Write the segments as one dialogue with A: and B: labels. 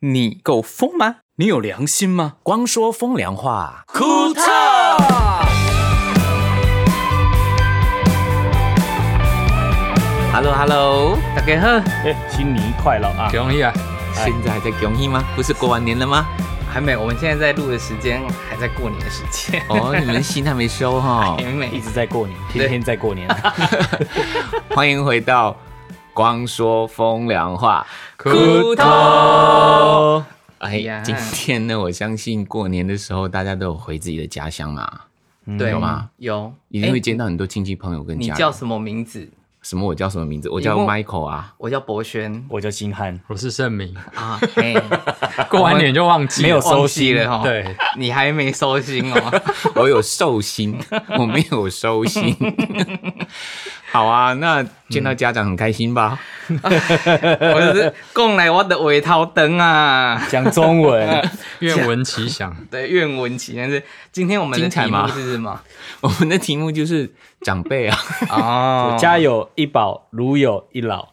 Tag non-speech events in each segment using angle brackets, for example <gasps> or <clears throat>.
A: 你够疯吗？你有良心吗？
B: 光说风凉话，
A: 库 <laughs> 特。Hello Hello，大家好，
C: 哎，新年快乐啊！
A: 恭喜啊！
C: 哎
A: 现在还在恭喜吗？不是过完年了 <laughs> 吗？还没，我们现在在录的时间还在过年的时
B: <laughs>
A: 间。
B: 哦，你们心还没收哈、
A: 还
C: 一
A: 没， <laughs>
C: 直在过年，天天在过年。啊
B: 欢迎回到光说风凉话。
A: 库特。
B: 哎
A: 呀
B: 呀，今天呢，我相信过年的时候大家都有回自己的家乡嘛，
A: 对
B: 有吗？
A: 有，
B: 一定会
A: 哎
B: 见到很多亲戚朋友跟
A: 你
B: 家人。
A: 叫什么名字？
B: 什么？我叫什么名字？我叫
A: 你问
B: Michael 啊。
A: 我叫博轩
C: <laughs> 我叫星汉，
D: 我是
C: <laughs>
D: 盛明，
A: 啊。嘿， <laughs>
D: 过完年就忘记
C: 没有
A: 忘
C: 收
A: 记
C: 心
A: 了哈。
C: 哦
D: 对，
A: 你还没收心哦。 <laughs>
B: 我有寿 <laughs> 星，我没有收心。 <laughs> 好啊，那见到家长很开心吧？
A: 我是供来我的尾头灯啊。
C: 讲中
A: <laughs>
C: 文，
B: 嗯
D: 愿闻其详。
A: 对，愿闻其详是今天我们的
B: 精彩
A: 题目
B: 吗
A: 是什么？
B: <laughs> 我们的题目就是长辈啊，
A: 哦，
C: 家有一宝，如有一老。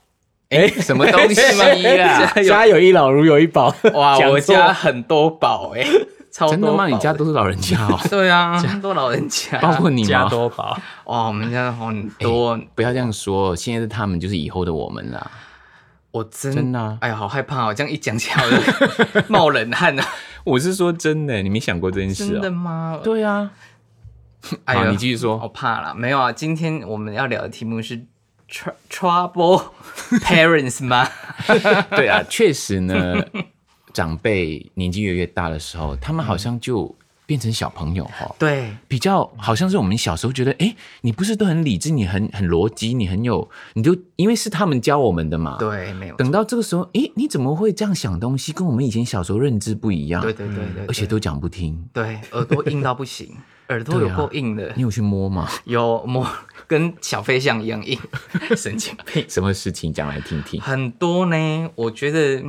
C: 哎，
B: 什么东西 <laughs> 啊？
A: 家有
C: <laughs> 家有一老，如有
A: <laughs>
C: 一宝。
A: 哇，
C: 讲
A: 我
C: 错
A: 家很多宝哎、超多
B: 真
A: 宝
B: 的吗？你家都是老人家 <laughs> 哦，
A: 对啊，都老人家，
B: 包括你
C: 家
B: 吗？
C: 多宝，
A: 哇，我们家很多，
B: 不要这样说，现在的他们就是以后的我们啦。
A: 我真
B: 真的啊
A: 哎呀，好害怕哦！这样一讲起来，我就 <laughs> 冒冷
B: <laughs>
A: 汗啊！
B: 我是说真的，你没想过这件事
A: 真
B: <laughs>
A: 的
B: 哦？
A: 吗？
B: 对啊，
A: 哎呀，
B: 好，你继续
A: 好
B: 说。
A: 怕啦。没有啊，今天我们要聊的题目是 tr trouble parents
B: <laughs>
A: 吗？
B: 对啊，确实呢，长辈年纪越来越大的时候，他们好像就变成小朋友哈、哦。
A: 对，
B: 比较好像是我们小时候觉得，哎、你不是都很理智，你很很逻辑，你很有，你就因为是他们教我们的嘛。。
A: 对，没有，
B: 等到这个时候，哎、你怎么会这样想东西？跟我们以前小时候认知不一样。
A: 对对对对对，
B: 啊嗯而且都啊讲不听。
A: 对耳朵硬到
B: <laughs>
A: 不行，耳朵有够硬的，
B: 你有去摸吗？
A: 有摸跟小飞象一样
B: <laughs>
A: 硬，神经病，
B: 什么事情讲来听听？
A: 很多呢。我觉得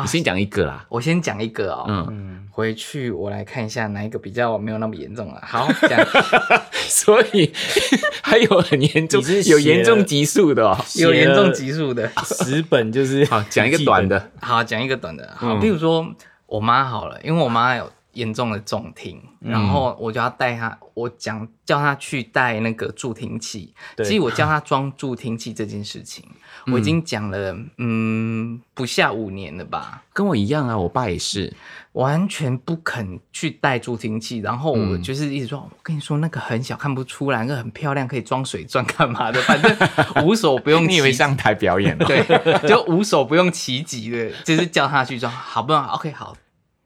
B: 你先讲一个啦。 <laughs>
A: 我先讲一个哦。
B: 嗯，
A: 回去我来看一下哪一个比较没有那么严重了。啊好，讲
B: <laughs> 所以 <laughs> 还有很严重
C: 你是，写
B: 有严重级数的哦。
A: 有严重级数的。
C: 十本就是
B: 好，讲一个短。的。
A: 好，讲一个短的。好，
B: 嗯
A: 比如说我妈好了，因为我妈有严重的重听，然后我就要带她，我讲叫她去带那个助听器。
C: 对
A: 其实我叫她装助听器这件事情，我已经讲了，嗯，不下五年了吧，
B: 跟我一样啊，我爸也是。
A: 完全不肯去带助听器。然后我就是一直说，我跟你说那个很小看不出来，那个很漂亮，可以装水钻干嘛的，反正无所不
B: <laughs>
A: 用
B: 你以为
A: 其极
B: 上台表 <laughs>
A: 哦
B: 演了？
A: 对，就无所不用其极的，就是叫他去装，好不容易 OK 好，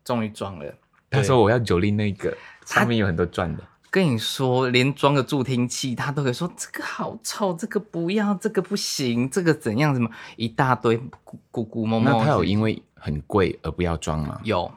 A: 终于装了。
B: 他说我要九令那个，上面有很多钻的。
A: 跟你说，连装个助听器，他都可以说这个好臭，这个不要，这个不行，这个怎样，什么一大堆咕咕咕摸
B: 那
A: 摸。
B: 他有因为很贵而不要装吗？
A: 有，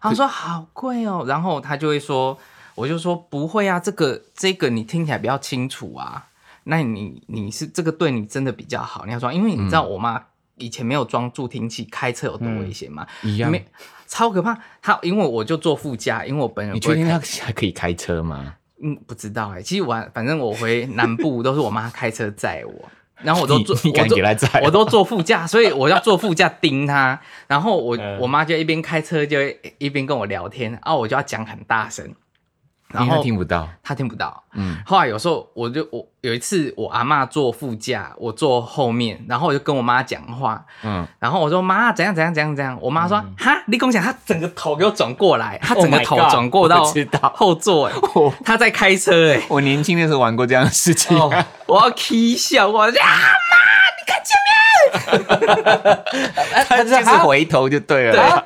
A: 他说好贵哦，然后他就会说，我就说不会啊，这个这个你听起来比较清楚啊，那你你是这个对你真的比较好。你要说，因为你知道我妈以前没有装助听器，开车有多危险吗？
B: 一样。
A: 没超可怕。他因为我就坐副驾，因为我本人
B: 你
A: 不
B: 确
A: 会
B: 定
A: 开
B: 他还可以开车吗？
A: 嗯不知道哎、其实我反正我回南部都是我妈开车载我， <laughs> 然后我都
B: 你
A: 坐，
B: 你敢
A: 我坐
B: 给他载
A: 我都坐副驾，所 <laughs> 以我要坐副驾盯他。然后我、
C: 嗯
A: 我妈就一边开车就会一边跟我聊天，啊，我就要讲很大声，然
B: 因为他
A: 后
B: 听不到。
A: 她听不到。
B: 嗯，
A: 后来有时候我就我有一次我阿嬷坐副驾，我坐后面，然后我就跟我妈讲话，
B: 嗯，
A: 然后我说妈怎样怎样怎样怎样，我妈说哈你跟我讲，她整个头给我转过来，她整个
C: my
A: 头
C: God，
A: 转过到
B: 我知道
A: 后座、欸
B: 我，
A: 她在开车哎、
B: 我年轻的时候玩过这样的事情。 <laughs>
A: 哦，我要 k 笑，我就啊
B: 他就是回头就对了啦，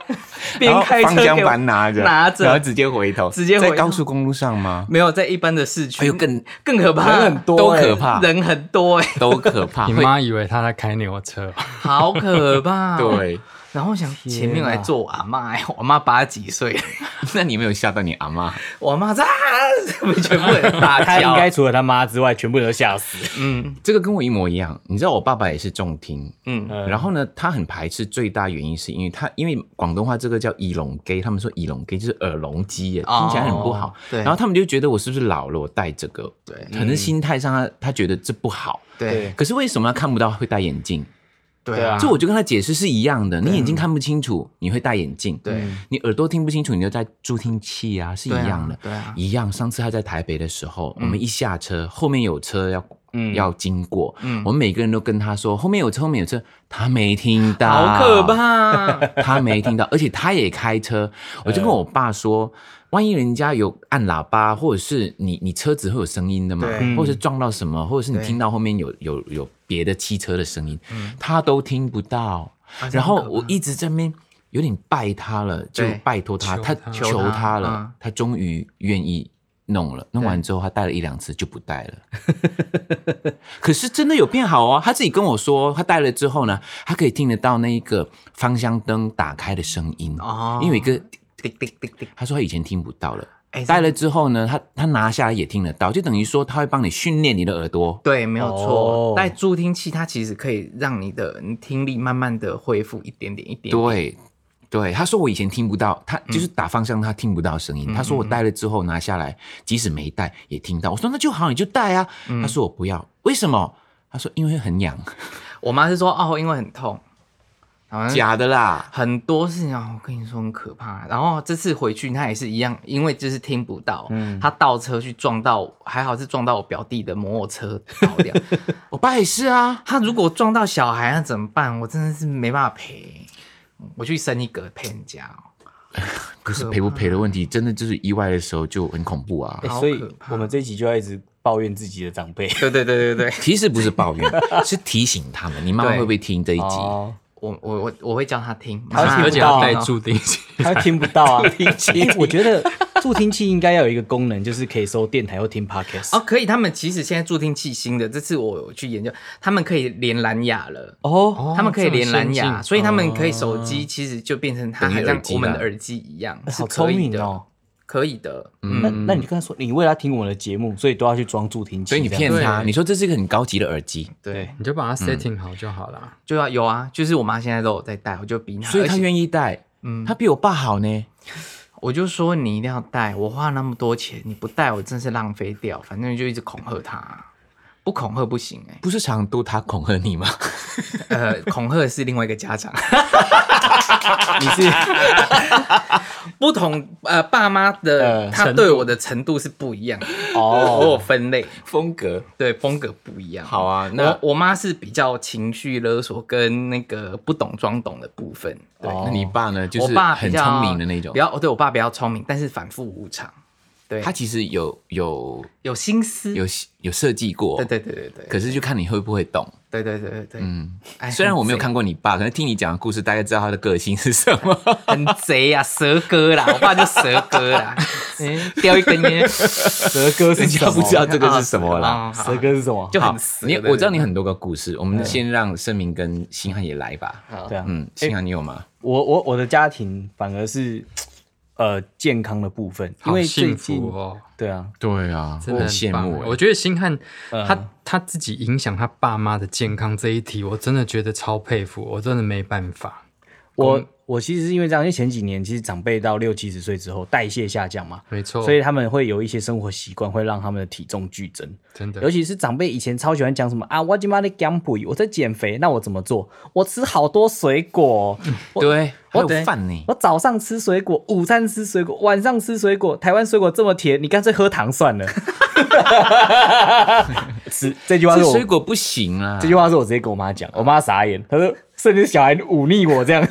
A: 边
B: 然后
A: 开车
B: 方向
A: 给我
B: 盘拿着，
A: 拿着
B: 然后直接回头，
A: 直接回头
B: 在高速公路上
A: <laughs>
B: 吗？
A: 没有在一般的市区，
B: 哎呦更
A: 更可怕，
C: 人很多
B: 都
C: 欸
B: 可怕，
A: 人很多哎、
B: <laughs> 都可
A: <laughs>
B: 怕。
D: 你
B: 会
D: 妈以为 <laughs> 他在开牛车，
A: 好可怕、
B: <laughs>
A: 哦。，
B: 对，
A: 然后我想
C: 哪
A: 前面来坐我阿妈、欸，我妈八十几岁，
B: 那你没有吓到你阿妈？
A: 我阿妈在啊，全部人大
C: 他应
A: 叫，
C: 该除了他妈之外，全部都吓死。
A: 嗯
B: 这个跟我一模一样。你知道我爸爸也是重听，
A: 嗯，
C: 嗯
B: 然后呢，他很排斥，最大原因是因为他因为广东话这个叫耳聋 gay，他们说耳聋 gay 就是耳聋肌耶，
A: 哦
B: 听起来很不好。
A: 对
B: 然后他们就觉得我是不是老了，我戴这个，
A: 对嗯
B: 可能心态上他他觉得这不好。
A: 对
C: 对
B: 可是为什么他看不到会戴眼镜？
A: 对
D: 啊
B: 所以我就跟他解释是一样的，你眼睛看不清楚，你会戴眼镜；
A: 对
B: 你耳朵听不清楚，你就戴助听器啊，是一样的。
A: 对啊对啊
B: 一样。上次他在台北的时候，我们一下车，后面有车要。
C: 嗯
B: 要经过，
A: 嗯
B: 我们每个人都跟他说后面有车，后面有车，他没听到，
A: 好可怕！
B: 他没听到，而且他也开
A: <laughs>
B: 车。我就跟我爸说，万一人家有按喇叭，或者是你你车子会有声音的嘛
A: 对，嗯
B: 或者是撞到什么，或者是你
A: 对
B: 听到后面有有有别的汽车的声音，他都听不到。
A: 嗯啊
B: 然后
A: 这样很可怕
B: 我一直在那边有点拜他了，就
A: 对
B: 拜托他，
D: 求
B: 他
D: 他
B: 求
A: 求
B: 他
A: 他
B: 了
A: 嗯，
B: 他终于愿意弄了。弄完之后，他戴了一两次就不戴了。可是真的有变好哦，他自己跟我说，他戴了之后呢，他可以听得到那一个芳香灯打开的声音
A: <laughs> 哦
B: 因为有一个
A: 滴滴滴滴，
B: 他说他以前听不到了。
A: 哎
B: 戴了之后呢，他他拿下来也听得到，就等于说他会帮你训练你的耳朵。
A: 对，没有错
C: 哦。
A: 戴助听器它其实可以让你的你听力慢慢的恢复一点点一点点。
B: 对，嗯对，他说我以前听不到，他就是打方向他听不到声音。他说我戴了之后拿下来，即使没戴也听到。我说那就好，你就戴啊。他说我不要，为什么？他说因为很痒，
A: 我妈是说哦，因为很痛，好像
B: 假的啦。
A: 很多事情啊，我跟你说很可怕。然后这次回去，她也是一样，因为就是听不到，她倒车去撞到，还好是撞到我表弟的摩托车倒 <laughs> 掉。
B: 我爸也是啊，
A: 她如果撞到小孩，那怎么办？我真的是没办法赔，我去生一个赔人家哦。
B: 可是赔不赔的问题，真的就是意外的时候就很恐怖啊。
C: 欸
A: 好
C: 所以
A: 可怕
C: 我们这一集就要一直抱怨自己的长辈。
A: 对对对对对，
B: 其实不是抱 <laughs> 怨，是提醒他们。你妈妈
A: 对
B: 会不会听这一集？
C: 哦，
A: 我我我我会叫他听，
C: 她会听
A: 妈
D: 而
C: 不
D: 且
C: 到
D: 要
C: 啊
D: 带助听器，
C: <laughs> 他听不到啊。欸我觉得助听器应该要有一个功能，就是可以收电台或听 podcast
A: 哦，。可以。他们其实现在助听器新的，这次我有去研究，他们可以连蓝牙了。
C: 哦，
A: 他们可以连蓝
D: 这么
A: 牙，
D: 先进
A: 所以他们可以手机其实就变成它，
B: 等于
A: 好
B: 耳
A: 像
B: 机
A: 我们
B: 啦
A: 的耳机一样，是
C: 好
A: 可
C: 聪
A: 以
C: 明
A: 的，
C: 哦。
A: 可以的。嗯，
C: 那那你就跟他说，你为了要听我们的节目，所以都要去装助听器。
B: 所以你骗
D: 这
B: 他，
D: 样
B: 你说这是一个很高级的耳机，
A: 对，
D: 你就
C: 嗯
D: 把它 setting 好就好了。
A: 就要有啊，就是我妈现在都有在戴，我就逼她，
B: 所以他
A: 而且
B: 愿意戴。嗯，他比我爸好呢。
A: 我就说你一定要戴，我花那么多钱，你不戴我真是浪费掉，反正就一直恐吓她，不恐吓不行哎、
B: 不是常都他恐吓你吗？
A: 呃，恐吓是另外一个家长， <laughs>
C: 你是
A: 不同呃爸妈的
C: 呃
A: 他
D: 程
A: 对我的程度是不一样的，我有
C: 哦，
A: 分类，
B: <laughs> 风格
A: 对风格不一样。
B: 好啊，那
A: 我我妈是比较情绪勒索跟那个不懂装懂的部分，对，
B: <laughs> 那你爸呢？哦就
A: 我
B: 是
A: 爸
B: 很
A: 比较
B: 聪明的那种
A: 比。较哦，对我爸比较聪明，但是反复无常，对
B: 他其实有有
A: 有心思，
B: 有有设计过
A: 对，对对对对，
B: 可是就看你会不会懂。
A: 对对对对对，嗯，
B: 虽然我没有看过你爸，可是听你讲的故事，大概知道他的个性是什么。
A: 很贼，很贼啊，蛇哥啦，我爸就蛇哥啦， <laughs> 嗯，叼一根烟，
C: 蛇哥是
B: <laughs> 人
C: 什
B: 家
C: 么
B: 不知道这个是什么啦。
A: 啊，好
C: 蛇哥是
B: <laughs>
C: 什么？
A: 就
B: 好
A: 很，蛇
B: 你
A: 的人
B: 我知道你很多个故事，我们先让盛明跟星汉也来吧。
C: 对啊，
B: 嗯，星汉你有吗？
C: 我我我的家庭反而是呃健康的部分，因
D: 好
C: 为最
D: 幸
C: 近
D: 福哦，
C: 对啊，
B: 对啊，
D: 真
B: 我
D: 的
B: 很
D: 很
B: 羡
D: 棒
B: 慕
D: 欸
B: 欸。
D: 我觉得星汉
C: 嗯
D: 他他自己影响他爸妈的健康这一题，我真的觉得超佩服，我真的没办法。
C: 我我其实是因为这样，因为前几年其实长辈到六七十岁之后代谢下降嘛，
D: 没错，
C: 所以他们会有一些生活习惯会让他们的体重剧增。
D: 真的
C: 尤其是长辈以前超喜欢讲什么啊，我今妈在减肥，我在减肥，那我怎么做？我吃好多水果，
B: 嗯
C: 我
B: 对，还
C: 我
B: 有饭呢。
C: 我早上吃水果，午餐吃水果，晚上吃水果。台湾水果这么甜，你干脆喝糖算
B: <laughs>
C: 了。吃这句话是
B: 这
C: 我
B: 水果不行啊啦
C: 这。句话是我直接跟我妈讲，我妈傻眼，她说甚至小孩忤逆我这样。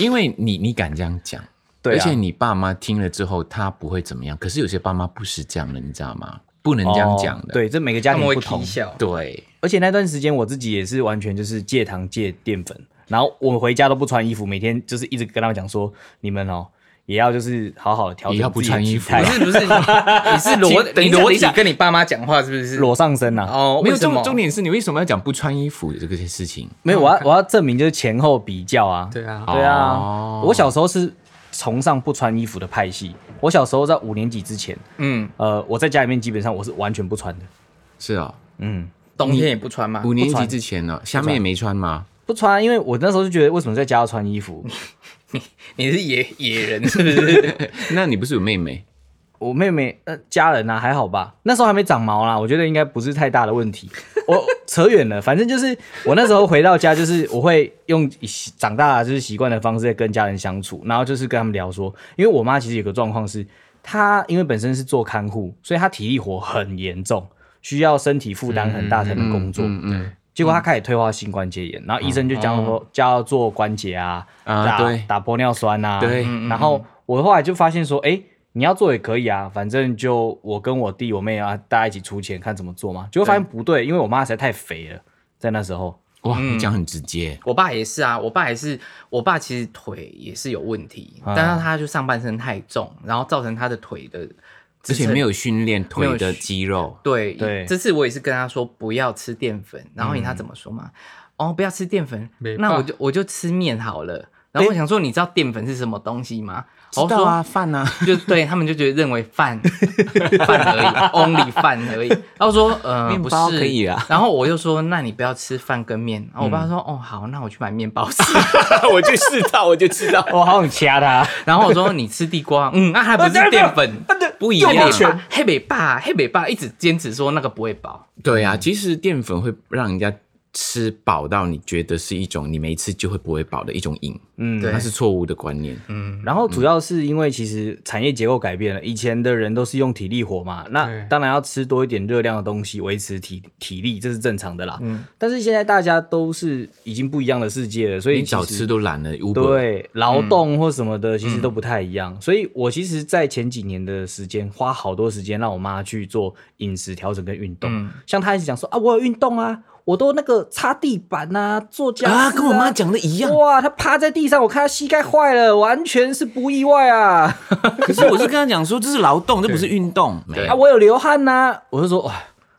B: 因为你你敢这样讲，
C: 对啊
B: 而且你爸妈听了之后，他不会怎么样。可是有些爸妈不是这样的，你知道吗？不能这样讲
C: 哦
B: 的。
C: 对，这每个家
A: 他
C: 庭
A: 们会
C: 不同
A: 啼。笑，
B: 对
C: 而且那段时间我自己也是完全就是戒糖戒淀粉，然后我回家都不穿衣服，每天就是一直跟他们讲说，你们哦也要就是好好的调
B: 也要
C: 整
B: 不
C: 自己的
B: 穿衣
C: 体
B: 服
C: 态
A: 不，是不是，你你是裸，
B: 请等一
A: 你
B: 下
A: 裸
B: 等一
A: 体
B: 下
A: 跟你爸妈讲话是不是？
C: 裸上身呐、啊。
A: 哦，
B: 没有
A: 为什
B: 重
A: 么
B: 重点是你为什么要讲不穿衣服的这个事情？
C: 没有，我要我要证明就是前后比较啊。
D: 对啊，
C: 对啊，
B: 哦
C: 我小时候是崇尚不穿衣服的派系。我小时候在五年级之前，
A: 嗯，
C: 呃，我在家里面基本上我是完全不穿的，
B: 是啊、
C: 嗯，
A: 冬天也不穿吗
B: 哦，？五年级
C: 穿
B: 之前呢，下面也没穿吗？
C: 不穿，啊因为我那时候就觉得为什么在家要穿衣服？
A: 你是野野人是不是？ <laughs>
B: 那你不是有妹妹？
C: 我妹妹呃家人啊还好吧，那时候还没长毛啦，我觉得应该不是太大的问题。我扯远了，反正就是我那时候回到家，就是我会用习长大就是习惯的方式在跟家人相处，然后就是跟他们聊说，因为我妈其实有个状况是，她因为本身是做看护，所以她体力活很严重，需要身体负担很大才能工作。
B: 嗯哦
C: 结果他开始退化性关节炎，然后医生就叫他说叫他做关节啊，
B: 啊
C: 打
B: 对
C: 打玻尿酸啊，
B: 对嗯
C: 然后我后来就发现说，哎，你要做也可以啊，反正就我跟我弟我妹啊，大家一起出钱看怎么做嘛。结果发现不对，因为我妈实在太肥了，在那时
B: <laughs>
C: 候，
B: 哇，你讲很直接，
A: 我爸也是啊，我爸也是，我爸其实腿也是有问题，
C: 啊
A: 但是他就上半身太重，然后造成他的腿的
B: 而
A: 支撑，
B: 且没有训练
A: 没
B: 腿
A: 有
B: 的
A: 训
B: 肌肉，
A: 对
C: 对
A: 这次我也是跟他说不要吃淀粉，然后你他怎么说嘛？
B: 嗯
A: 哦，不要吃淀粉
D: 没，
A: 那我
D: 办
A: 就我就吃面好了。然后我想说，你知道淀粉是什么东西吗？
B: 知
A: 我
B: 道
A: 哦说
B: 啊，饭啊，
A: <laughs> 就对他们就觉得认为
B: <laughs>
A: 饭饭而已，only 饭而已。然后说呃
B: 面
A: 不
B: 包
A: 是
B: 可以啊。嗯
A: 然后我就说那你不要吃饭跟面。然后我爸说、哦好，那我去买面包吃。 <laughs>
B: 我就知道，我就知道，
C: 我好想掐他，
A: 然后我说你吃地瓜，
B: <laughs>
A: 嗯，那、还不是淀粉，
B: 不一
A: 黑
B: 样
A: 北。爸，黑北爸，黑北爸一直坚持说那个不会饱。
B: <laughs> 对啊，其实淀粉会让人家吃饱到你觉得是一种你没吃就会不会饱的一种瘾，
C: 嗯，
A: 对
B: 那是错误的观念。嗯
C: 然后主要是因为其实产业结构改变了，以前的人都是用体力活嘛，那
D: 对
C: 当然要吃多一点热量的东西维持体体力，这是正常的啦。
B: 嗯
C: 但是现在大家都是已经不一样的世界了，所以
B: 你早
C: 其
B: 吃
C: 实
B: 都懒了，Uber，
C: 对劳
B: 嗯
C: 动或什么的其实都不太一样。所以我其实，在前几年的时间，花好多时间让我妈去做饮食调整跟运动。
B: 嗯
C: 像她一直讲说啊，我有运动啊，我都那个擦地板啊，做家事
B: 啊，跟我妈讲的
C: <laughs>
B: 一样。
C: 哇，他趴在地上，我看他膝盖坏了，完全是不意外啊！ <laughs>
B: 可是我是跟她讲说，这是劳动，这不是运动。没
A: 对
C: 啊，我有流汗呐、我就说哇，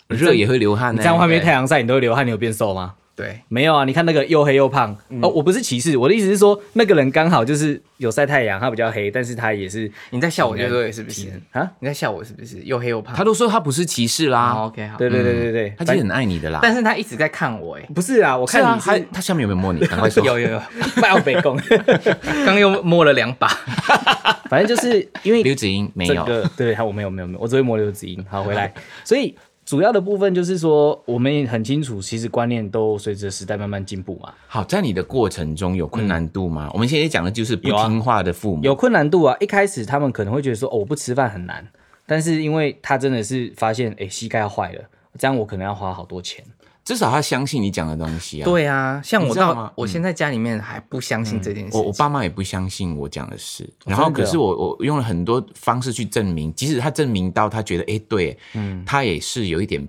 B: 热也会流汗欸
C: 你
B: 呢。
C: 在外面
A: 对
C: 太阳晒，你都会流汗，你有变瘦吗？
A: 对，
C: 没有啊，你看那个又黑又胖、
B: 嗯
C: 哦，我不是歧视，我的意思是说，那个人刚好就是有晒太阳，他比较黑，但是他也是
A: 你在笑我对不对？是不是？
C: 啊，
A: 你在笑我是不是？又黑又胖。
B: 她都说她不是歧视
A: 哦
B: 啦，
A: OK 好，
C: 对对对对对，
B: 她嗯其
C: 反
B: 实很爱你的啦。
A: 但是他一直在看我哎、
C: 不是啊，我
B: 是
C: 看
B: 啊，
C: 你
B: 她
C: 是
B: 她下面有没有摸你？赶快说。
A: <laughs>
B: <laughs>
A: 有有有，
C: 卖我北贡，
A: <laughs> 刚又摸了两把。
C: 反正就是因
B: <laughs>
C: 为
B: 刘子英没
C: 这
B: 有，
C: 个对，好，我没有没有没有，我只会摸流子音。好，回来，所以主要的部分就是说，我们也很清楚，其实观念都随着时代慢慢进步嘛，
B: 好，在你的过程中有困难度吗？我们现在讲的就是不
C: 嗯有啊
B: 听话的父母，
C: 有困难度啊。一开始他们可能会觉得说，哦，我不吃饭很难，但是因为他真的是发现，哎，膝盖要坏了，这样我可能要花好多钱。
B: 至少他相信你讲的东西啊。，
A: 对啊，像
B: 你
A: 我
B: 知道吗嗯
A: 到我现在家里面还不相信这件事情。
B: 我我爸妈也不相信我讲的事，然
C: 真
B: 后
C: 的
B: 可是
C: 哦
B: 我我用了很多方式去证明，即使他证明到他觉得哎、诶对，嗯，他也是有一点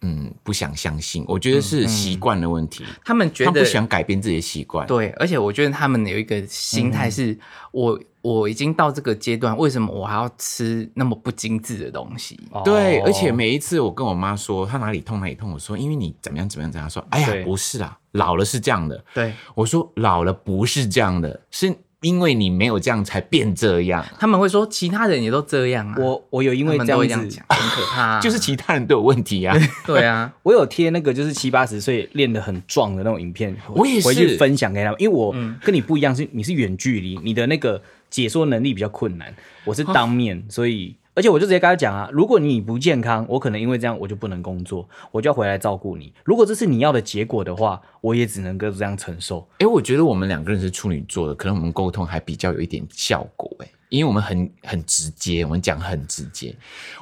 B: 嗯不想相信，我觉得
C: 嗯
B: 是习惯的问题，
A: 他们觉
B: 他
A: 得
B: 不想改变自己的习惯，
A: 对，而且我觉得他们有一个心态是，
B: 嗯
A: 我我已经到这个阶段，为什么我还要吃那么不精致的东西？
B: 对
C: 哦
B: 而且每一次我跟我妈说她哪里痛哪里痛，我说因为你怎么样怎么样怎么样，她说哎
C: 对
B: 呀不是啊，老了是这样的，
A: 对
B: 我说老了不是这样的，是因为你没有这样才变这样，
A: 他们会说其他人也都这样啊，
C: 我我有因
A: 他
C: 为
A: 们
C: 这
A: 都会这
C: 样
A: 样
C: 子
A: 讲，，很可怕、
B: <laughs>
A: 啊。
B: 就是其他人都有问
A: <laughs>
B: 题啊。<laughs>
A: 对啊，
C: 我有贴那个就是七八十岁练得很壮的那种影片，
B: 我也是
C: 回去分享给他们，因为我跟你不一样，是你是远距离，你的那个解说能力比较困难，我是当面，所以而且我就直接跟他讲啊，如果你不健康，我可能因为这样我就不能工作，我就要回来照顾你。如果这是你要的结果的话，我也只能够这样承受。
B: 哎、我觉得我们两个人是处女座的，可能我们沟通还比较有一点效果哎、因为我们很很直接，我们讲很直接。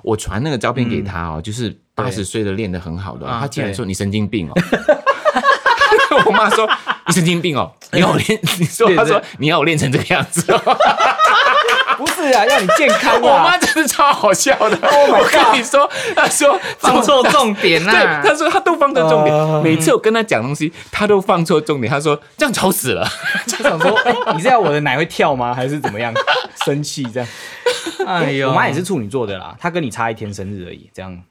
B: 我传那个照片给他哦，就是八十岁的练得很好的哦、
A: 嗯啊
B: 他竟然说你神经病哦。 <laughs> 我妈说你神经病哦，你要我练，你说
C: 对
B: 她
C: 对
B: 说你要我练成这个样子、哦，
C: 不是啊，要你健 <laughs>
A: 哎
C: 康
B: 我妈真的超好笑的。我跟你说，她说
A: ，Oh 放错重点
B: <laughs>
A: 啊
B: 对，
A: 啦、
B: 他说他都放错重点，每次我跟他讲东西，他都放错重点。他说这样吵死了，
C: 就想说，哎你是要我的奶会跳吗，还是怎么样？生气这样。
A: 哎呦，
C: 我妈也是处女座的啦，她跟你差一天生日而已，这样。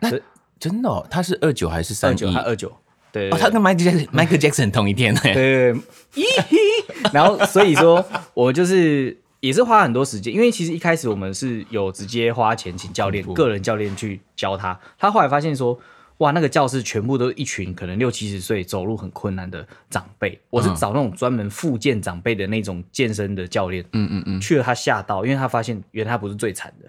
B: <laughs> 真的、哦，他是二九还是
C: 二
B: 三
C: 九，
B: 一
C: 她？二九。对对
B: 哦，
C: 对
B: 他 <laughs> 跟 Michael Jackson, Michael Jackson 同一天呢、
C: 对，咦嘿， <laughs> 然后所以说我就是也是花很多时间，因为其实一开始我们是有直接花钱请教练，个人教练去教他，他后来发现说。哇，那个教室全部都是一群可能六七十岁走路很困难的长辈，我是找那种专门复健长辈的那种健身的教练，嗯嗯嗯，去了他吓到，因为他发现原来他不是最惨的，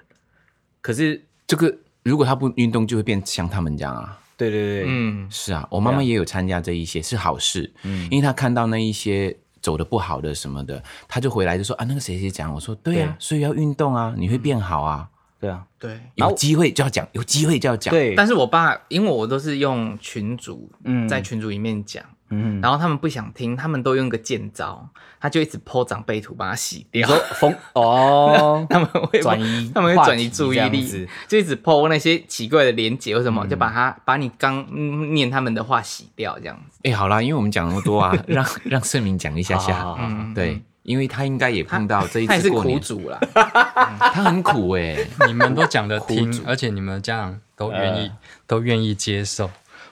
C: 可是，
B: 这个如果他不运动，就会变像他们这样啊。
C: 对对对，
A: 嗯，
B: 是啊，我嗯妈妈也有参加这一些，是好事，因为她看到那一些走的不好的什么的，她就回来就说啊，那个谁谁讲，我说对啊，所以要运动啊，你会变好啊，
C: 对啊，
A: 对。
C: 然后
B: 有机会就要讲，有机会就要讲，，
C: 对，
A: 但是我爸，因为我都是用群主，
C: 嗯
A: 在群主里面讲，
C: 嗯，
A: 然后他们不想听，他们都用一个剑招，他就一直剖长辈图把它洗
C: 你
A: 掉， <laughs>
C: 说风哦，
A: 他们会
C: 转移
A: <laughs> 他们会
C: 话
A: 转移
C: 题
A: 注意
C: 这样
A: 力
C: 子，
A: 就一直剖那些奇怪的连结或什么，就把它把你刚嗯念他们的话洗掉，这样子。
B: 哎，好啦，因为我们讲那么多 <laughs> 啊，让让盛明讲一下 <laughs>
C: 好好
B: 下，
C: 好好
B: 对，因为嗯他应该也碰到这一
A: 嗯他也
B: 次
A: 是
B: 过
A: 苦
B: 年，
A: 主啦，
B: 他很苦哎，
D: <laughs> 你们都讲得
B: 苦主呃
D: 听，而且你们的家长都愿意，都愿意接受。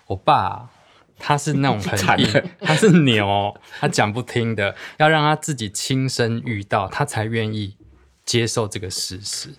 D: 我爸他是那
B: <laughs>
D: 种
B: 惨
D: 很
B: 了
D: 硬，他是牛，他讲不听的，要让他自己亲身遇到，他才愿意接受这个事实。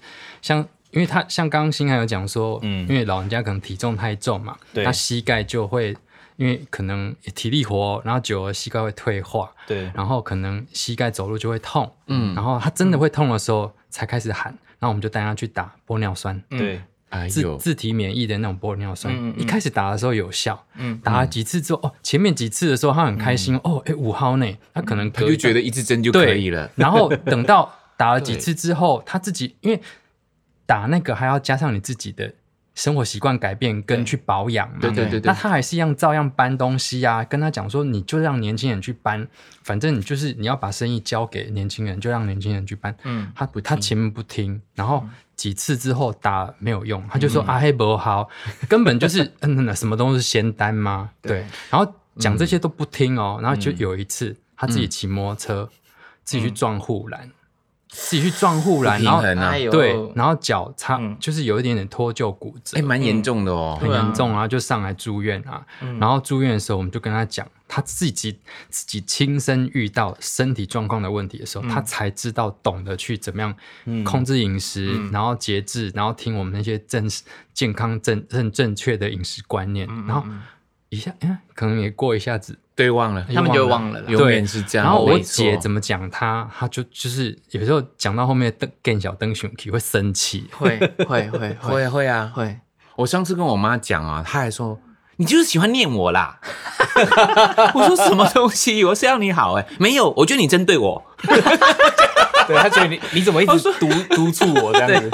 D: 像因为他像刚刚星汉有讲说，嗯，因为老人家可能体重太重嘛，
C: 对
D: 他膝盖就会。因为可能体力活，然后久了膝盖会退化，
C: 对，
D: 然后可能膝盖走路就会痛，嗯，然后他真的会痛的时候才开始喊，然后我们就带他去打玻尿酸，
C: 对，
B: <laughs> 哎
D: 自
B: 呦，
D: 自体免疫的那种玻尿酸，
A: 嗯嗯嗯
D: 一开始打的时候有效，嗯，打了几次之后，哦，前面几次的时候他很开心，哦，哎，五号呢，他可能
B: 他就觉得一支针就
D: 对
B: 可以了，
D: 然后等到打了几次之后，他自己因为打那个还要加上你自己的生活习惯改变跟去保养嘛，
B: 对对对对
D: 那他还是一样照样搬东西啊，跟他讲说你就让年轻人去搬，反正你就是你要把生意交给年轻人，就让年轻人去搬。
A: 嗯，
D: 他他前面不听，然后几次之后打没有用，他就说、啊嘿不好， <laughs> 根本就是嗯那什么都是仙丹嘛，对，然后讲这些都不听哦，然后就有一次他自己骑摩托车，自己去撞护栏，自己去撞护栏，
B: 平
D: 然后
B: 衡啊
A: 哎，呦，
D: 对，然后脚擦、
A: 嗯
D: 就是有一点点脱臼骨折，
B: 哎，蛮严重的哦，
D: 很
A: 对啊
D: 严重啊，就上来住院啊。
B: 嗯
D: 然后住院的时候，我们就跟他讲他自己自己亲身遇到身体状况的问题的时
B: 嗯
D: 候，他才知道懂得去怎么样控制饮食，
B: 嗯
D: 然后节制，然后听我们那些正健康正正正确的饮食观念，
B: 嗯
D: 然后一下，哎呀可能也过一下子，
B: 对，忘了，
A: 他们就忘了啦。
B: 永远是这样，
D: 然后我
B: 没错
D: 姐怎么讲他，他就就是有时候讲到后面瞪更小灯熊 k 会生气，
A: 会会会
B: 会啊
A: 会
B: 会啊，
A: 会，
B: 我上次跟我妈讲啊，她还说你就是喜欢念我啦。我说什么东西？我是要你好哎、没有，我觉得你针对我。
C: 对他觉得你你怎么一直督督促我这
B: <laughs>
C: 样子？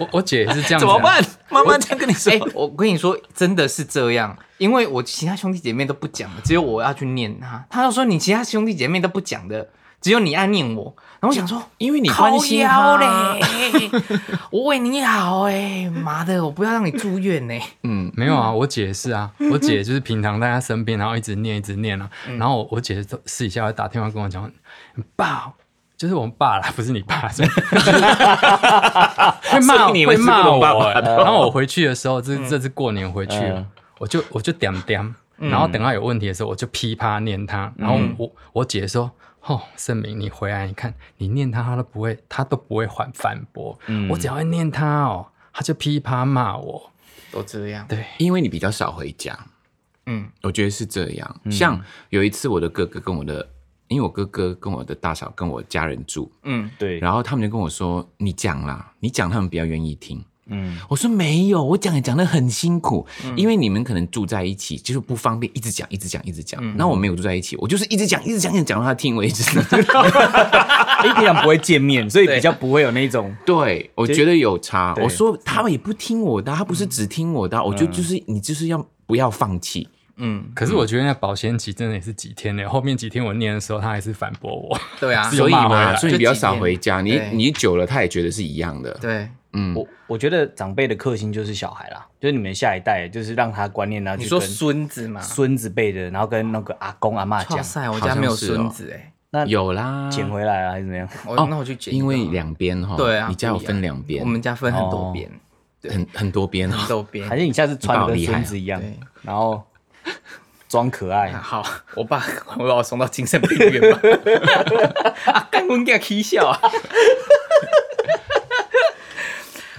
D: 我我姐也是这样、啊，
B: 怎么办？妈妈这样跟你说，
A: 哎、我跟你说，真的是这样，因为我其他兄弟姐妹都不讲的，只有我要去念他。他就说你其他兄弟姐妹都不讲的，只有你爱念我。然后我想说，
B: 因为你关心
A: 靠腰
B: 她
A: 嘞。，我为你好哎、妈的，我不要让你住院呢、欸
B: 嗯，
D: 没有啊，我姐也
B: <laughs>
D: 是啊，我姐就是平常在她身边，然后一直念一直念啊，
B: 嗯
D: 然后我我姐都私底下会打电话跟我讲，你爸，就是我们爸啦，不 <laughs> 是你爸，
B: <laughs>
D: 所以会骂
B: 所以你以为
D: 会
B: 是
D: 骂
B: 我爸
D: 我、
B: 爸
D: 欸，然后我回去的时候，这这次过年回去
C: 嗯，
D: 我就我就点点，
B: 嗯
D: 然后等到有问题的时候，我就噼啪念他，然后我我姐说。哦，盛明，你回来，你看，你念他，他都不会，他都不会反反驳。
B: 嗯
D: 我只要一念他哦，他就噼啪骂我。
A: 都这样，
D: 对，
B: 因为你比较少回家，
A: 嗯
B: 我觉得是这样。
C: 嗯
B: 像有一次，我的哥哥跟我的，因为我哥哥跟我的大嫂跟我家人住，
A: 嗯，
C: 对，
B: 然后他们就跟我说：“你讲啦，你讲，他们比较愿意听。”
C: 嗯，
B: 我说没有，我讲也讲的很辛苦，因为你们可能住在一起，就是不方便一直讲、一直讲、一直讲。
C: 嗯
B: 那我没有住在一起，我就是一直讲、一直讲、一直讲到他听为止。
C: <laughs> 因为平常不会见面，所以
A: 对
C: 比较不会有那种
B: 对，我觉得有差。
C: 对嗯
B: 我说他们也不听我的啊，他不是只听我的啊，我就就是你就是要不要放弃？
A: 嗯，
D: 可是我觉得那保鲜期真的也是几天呢，后 <laughs> 面几天我念的时候，他还是反驳我。
A: 对啊，
D: 有
B: 所以
D: 骂回
B: 嘛，
D: 来
B: 所以你比较少回家，
A: 就几
B: 你
A: 天
B: 你久了，他也觉得是一样的。
A: 对，
B: 嗯，
C: 我我觉得长辈的克星就是小孩啦，就是你们下一代，就是让他观念啊，
A: 你
C: 去
A: 说
C: 跟
A: 孙子嘛？
C: 孙子辈的，然后跟那个阿公阿妈
A: 哇
C: 讲，
A: 塞，我家没有孙子哎、
C: 那
B: 有啦，
C: 捡回来啊，还是怎么样？
A: 我、那我去捡一
B: 因
A: 个好了，
B: 为两边哈，
A: 对啊
B: 你家有分两边
A: 我，们家分很多边，
B: 很很多边哦。
A: 很多边
C: 还，是你下次穿的跟孙子一样
A: 你爸好厉害，？
C: 然后装可爱
A: 好，我爸我把我送到精神病院吧。 <laughs> 啊，干我给起笑啊！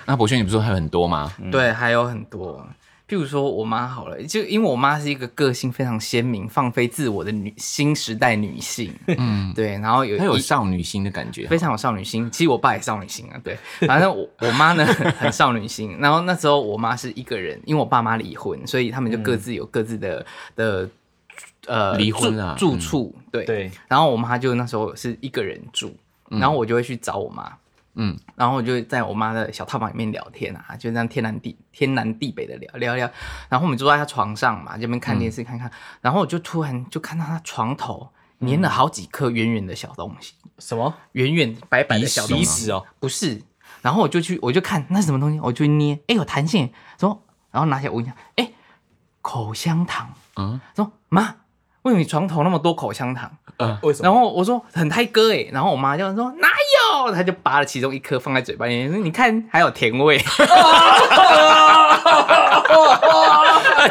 B: 那博轩，你不是说还有很多吗？
A: 对，还有很多，譬如说我妈好了，就因为我妈是一个个性非常鲜明、放飞自我的女新时代女性，嗯， <laughs> 对，然后有
B: 她有
A: 一
B: 少女心的感觉，
A: 非常有少女心。其实我爸也少女心啊，对，反正我我妈呢很少女心。然后那时候我妈是一个人，因为我爸妈离婚，所以他们就各自有各自的、的呃
B: 嗯离婚啊
A: 住
B: 嗯
A: 住处，对
C: 对，
A: 然后我妈就那时候是一个人住，然后我就会去找我妈，
B: 嗯，
A: 然后我就在我妈的小套房里面聊天啊，就这样天南地天南地北的聊聊聊，然后我们坐在她床上嘛，这边看电视看看，然后我就突然就看到她床头粘了好几颗圆圆的小东西，
C: 什么
A: 圆圆白白的小东
C: 鼻
A: 西，
C: 屎哦？
A: 不是，然后我就去我就看那是什么东西，我就去捏，哎有弹性，说然后拿起来闻一下，哎口香糖，
B: 嗯
A: 说妈，为什么你床头那么多口香糖？
C: 为什么？
A: 然后我说很嗨哥哎，然后我妈就说哪有，她就拔了其中一颗放在嘴巴里面，你看还有甜
B: <laughs>
A: 味，
B: <laughs>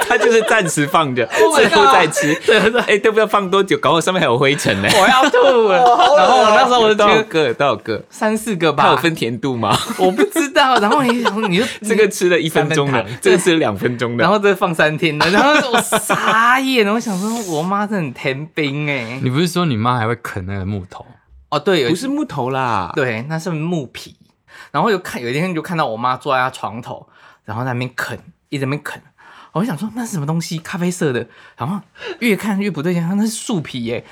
B: 他就是暂时放
A: <laughs>
B: 着，
A: Oh
B: 之后再吃。对对，哎，都不知道放多久，搞到上面还有灰尘呢。
A: <laughs> 我要吐了。
B: 哦
A: 然后我那时候我就
B: 多 <laughs>
A: 觉
B: 少
A: 得
B: 个？多少
A: <laughs>
B: 个？
A: 三四个
B: 啊它有
A: 吧，
B: 分甜度吗？
A: 我不知道。然后你想你就
B: <laughs> 这个，吃了一分钟
C: 三
B: 的
C: 分，
B: 这个吃了两分钟
A: 然
B: 的。
A: 后再放三天的，然后我傻眼，然后我想说我妈真的很甜冰哎。
D: <laughs> 你不是说你妈还会啃那个木头？ <laughs>
A: 哦对，有
B: 不是木头啦，
A: 对，那是木皮。然后有看有一天就看到我妈坐在她床头，然后在那边啃，一直在那边啃。我就想说那是什么东西，咖啡色的，然后越看越不对劲，那是树皮耶、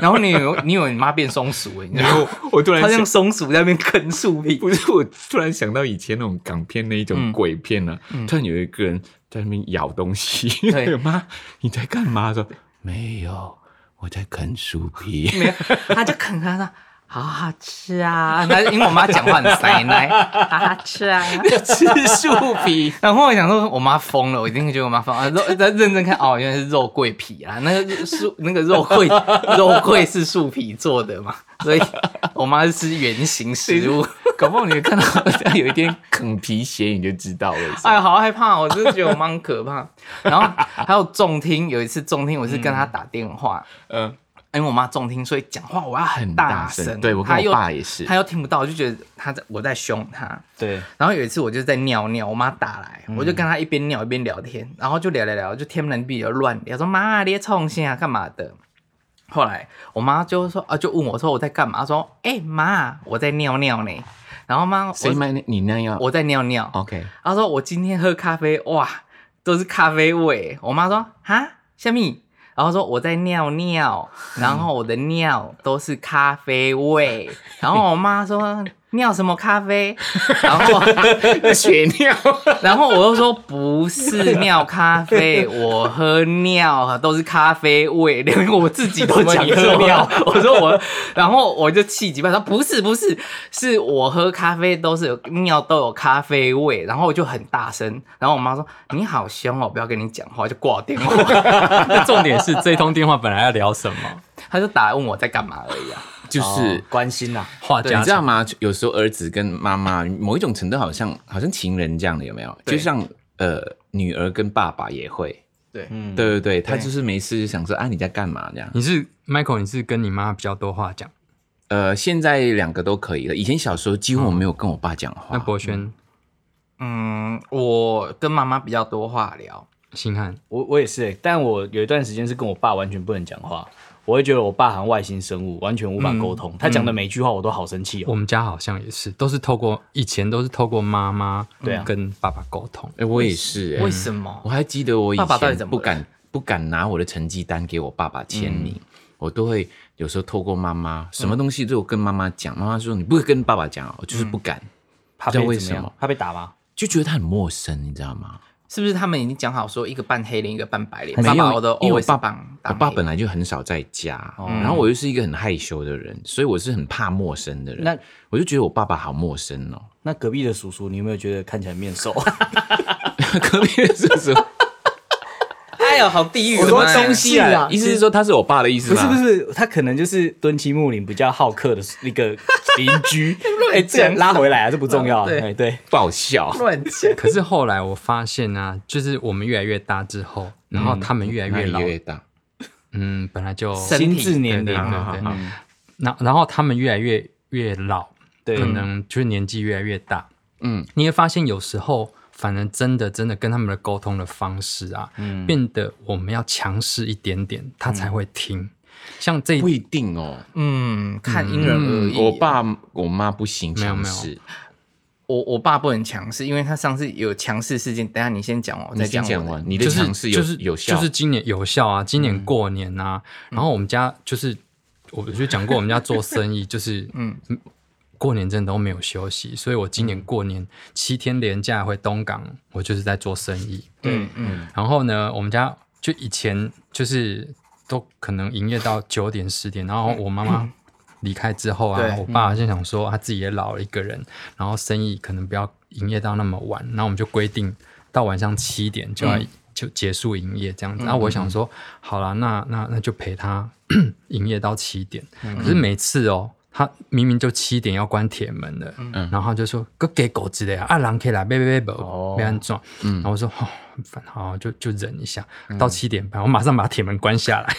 A: 然后你有你有你妈变松鼠哎、你知道吗？
B: 我突然
A: 她
B: 想
A: 像松鼠在那边啃树皮，
B: 不是，我突然想到以前那种港片那一种鬼片啊，突然有一个人在那边咬东西，
A: 对
B: <laughs> 妈，你在干嘛？说没有，我在啃树皮。
A: 没有，她就啃她说好好吃啊，那因为我妈讲话很塞奶，好好吃啊。
B: 吃树皮，
A: 然后我想说，我妈疯了，我一定觉得我妈疯了。啊肉再认真看，哦，原来是肉桂皮啊，那个树那个肉桂肉桂是树皮做的嘛，所以我妈是吃圆形食物。
B: 搞不好你看到有一天 <laughs> 啃皮鞋，你就知道了。
A: 哎呀，好害怕！我真的觉得我妈很可怕。然后还有重听，有一次重听，我是跟她打电话，
B: 嗯，
A: 因为我妈重听，所以讲话我要很
B: 很
A: 大
B: 大
A: 声。
B: 声，对我跟我爸
A: 也
B: 也是
A: 她，又听不到，就觉得她在我在凶她。
C: 对，
A: 然后有一次我就在尿尿，我妈打来，我就跟她一边尿一边聊天，然后就聊聊聊，就天南地北就乱聊，说妈你在冲啥干嘛的。后来我妈就说啊，就问我说我在干嘛，说哎、妈我在尿尿呢。然后妈
B: 谁
A: 我
B: 买你你那样
A: 我在尿尿，
B: ？OK，
A: 她说我今天喝咖啡哇都是咖啡味。我妈说哈虾米。然后说我在尿尿，然后我的尿都是咖啡味。然后我妈说 <laughs> 尿什么咖啡？然后
B: 血尿，
A: <laughs> 然后我又说不是尿咖啡，我喝尿都是咖啡味，连我自己都讲
C: 怎
A: 错
C: 么你喝
A: 了
B: <laughs>
C: 尿。
A: 我说我，然后我就气急败坏，说不是不是，是我喝咖啡都是有尿都有咖啡味，然后我就很大声，然后我妈说你好凶哦，不要跟你讲话，就挂我电话。
B: <laughs>
A: <laughs>
D: 那重点是这通电话本来要聊什么？ <laughs>
A: 她就打来问我在干嘛而已啊。
B: <laughs> 就是
C: 哦关心呐。
D: 话
B: 你
D: 家
B: 知道
D: 常，
B: 吗？有时候儿子跟妈妈某一种程度好像好像情人这样的，有没有？
A: 对
B: 就像呃，女儿跟爸爸也会，
A: 对，
C: 嗯，
B: 对对对，他就是没事就想说啊，你在干嘛这
A: 嗯
B: 样？
D: 你是 Michael，你是跟你妈比较多话讲，
B: 呃，现在两个都可以了。以前小时候几乎我没有跟我爸讲话，
D: 那博轩、
A: 嗯，我跟妈妈比较多话聊，
D: 星汉，
C: 我我也是、欸，但我有一段时间是跟我爸完全不能讲话，我会觉得我爸好像外星生物，完全无法沟通。他讲的每一句话我都好生气哦、
D: 我们家好像也是，都是透过以前都是透过妈妈
C: 对啊
D: 跟爸爸沟通。
B: 哎，我也是、哎
A: 为什么
B: 我？还记得我以前
A: 爸爸到底怎么
B: 不敢不敢拿我的成绩单给我爸爸签名，
A: 嗯
B: 我都会有时候透过妈妈，什么东西都有跟妈妈讲，妈妈说你不会跟爸爸讲哦，我就是不敢，
A: 嗯
C: 怕
B: 不知道
C: 被
B: 为
C: 怎
B: 什
C: 么
B: 么
C: 样？怕被打吗？
B: 就觉得他很陌生，你知道吗？
A: 是不是他们已经讲好说一个扮黑脸，一个扮白脸？
C: 还是
A: 爸
B: 没
A: 爸
B: 有，
A: 我都
B: 因为我
A: always
B: 爸
A: 扮
B: 我
A: 当
B: 爸
A: 黑
B: 本来就很少在家，
A: 哦
B: 然后我又是一个很害羞的人，所以我是很怕陌生的人。
C: 那
B: 我就觉得我爸爸好陌生哦，
C: 那隔壁的叔叔，你有没有觉得看起来面熟？
B: 隔壁的叔叔，
A: 哎呦，好地狱！
C: 我说
A: 妈呀
C: 东西啊
B: 意思是说他是我爸的意思
C: 不是
B: 吗？
C: <laughs> 不是，他可能就是敦亲睦邻比较好客的一个邻居。哎、这个
A: 讲
C: 拉回来啊，这不重要啊。
A: 对
C: 哎、对，
B: 不好笑，
A: 乱讲。
D: 可是后来我发现啊，就是我们越来越大之后，然后他们越来
B: 哪
D: 嗯越
B: 里
D: 老，
B: 越大，
D: 嗯，本来就
A: 身
C: 心
A: 体
C: 智年
D: 对
C: 龄
D: 对
C: 啊，
D: 对对，那然后他们越来越越老，
C: 对
D: 可能就是年纪越来越大，
B: 嗯，
D: 你也发现有时候反而真的真的跟他们的沟通的方式啊，
C: 嗯
B: 嗯
D: 变得我们要强势一点点，他才会听。像这一
B: 嗯不一定哦。
A: 嗯，看因人而异。
B: 嗯我爸我妈不行
D: 没有
B: 强
D: 没有
B: 势，
A: 我我爸不能强势，因为他上次有强势事件。等一下你先讲完，我
B: 你
A: 再
B: 先
A: 讲
B: 讲
A: 我的
B: 完，你的
D: 就是
B: 强势有
D: 就是
B: 有效，嗯
D: 就是今年有效啊，今年过年啊，然后我们家就是我我就讲过，我们家做生
B: <laughs>
D: 意就是嗯。过年真的都没有休息，所以我今年过
B: 嗯
D: 年七天连假回东港，我就是在做生意。
A: 对，嗯
D: 然后呢，我们家就以前就是都可能营业到九点十点，然后我妈妈离开之后啊
A: 嗯对，
D: 我爸就想说他自己也老了一个人，然后生意可能不要营业到那么晚，然后我们就规定到晚上七点就要、就结束营业这样子。然后我想说，好啦，那那那就陪他 <clears throat> 营业到七点，可是每次哦。他明明就七点要关铁门了，然后他就说：“个给狗之类啊，啊人可以来，别别别，别安装。”然后我说：“哦，很烦，好，就就忍一下，到七点半，我马上把铁门关下来。”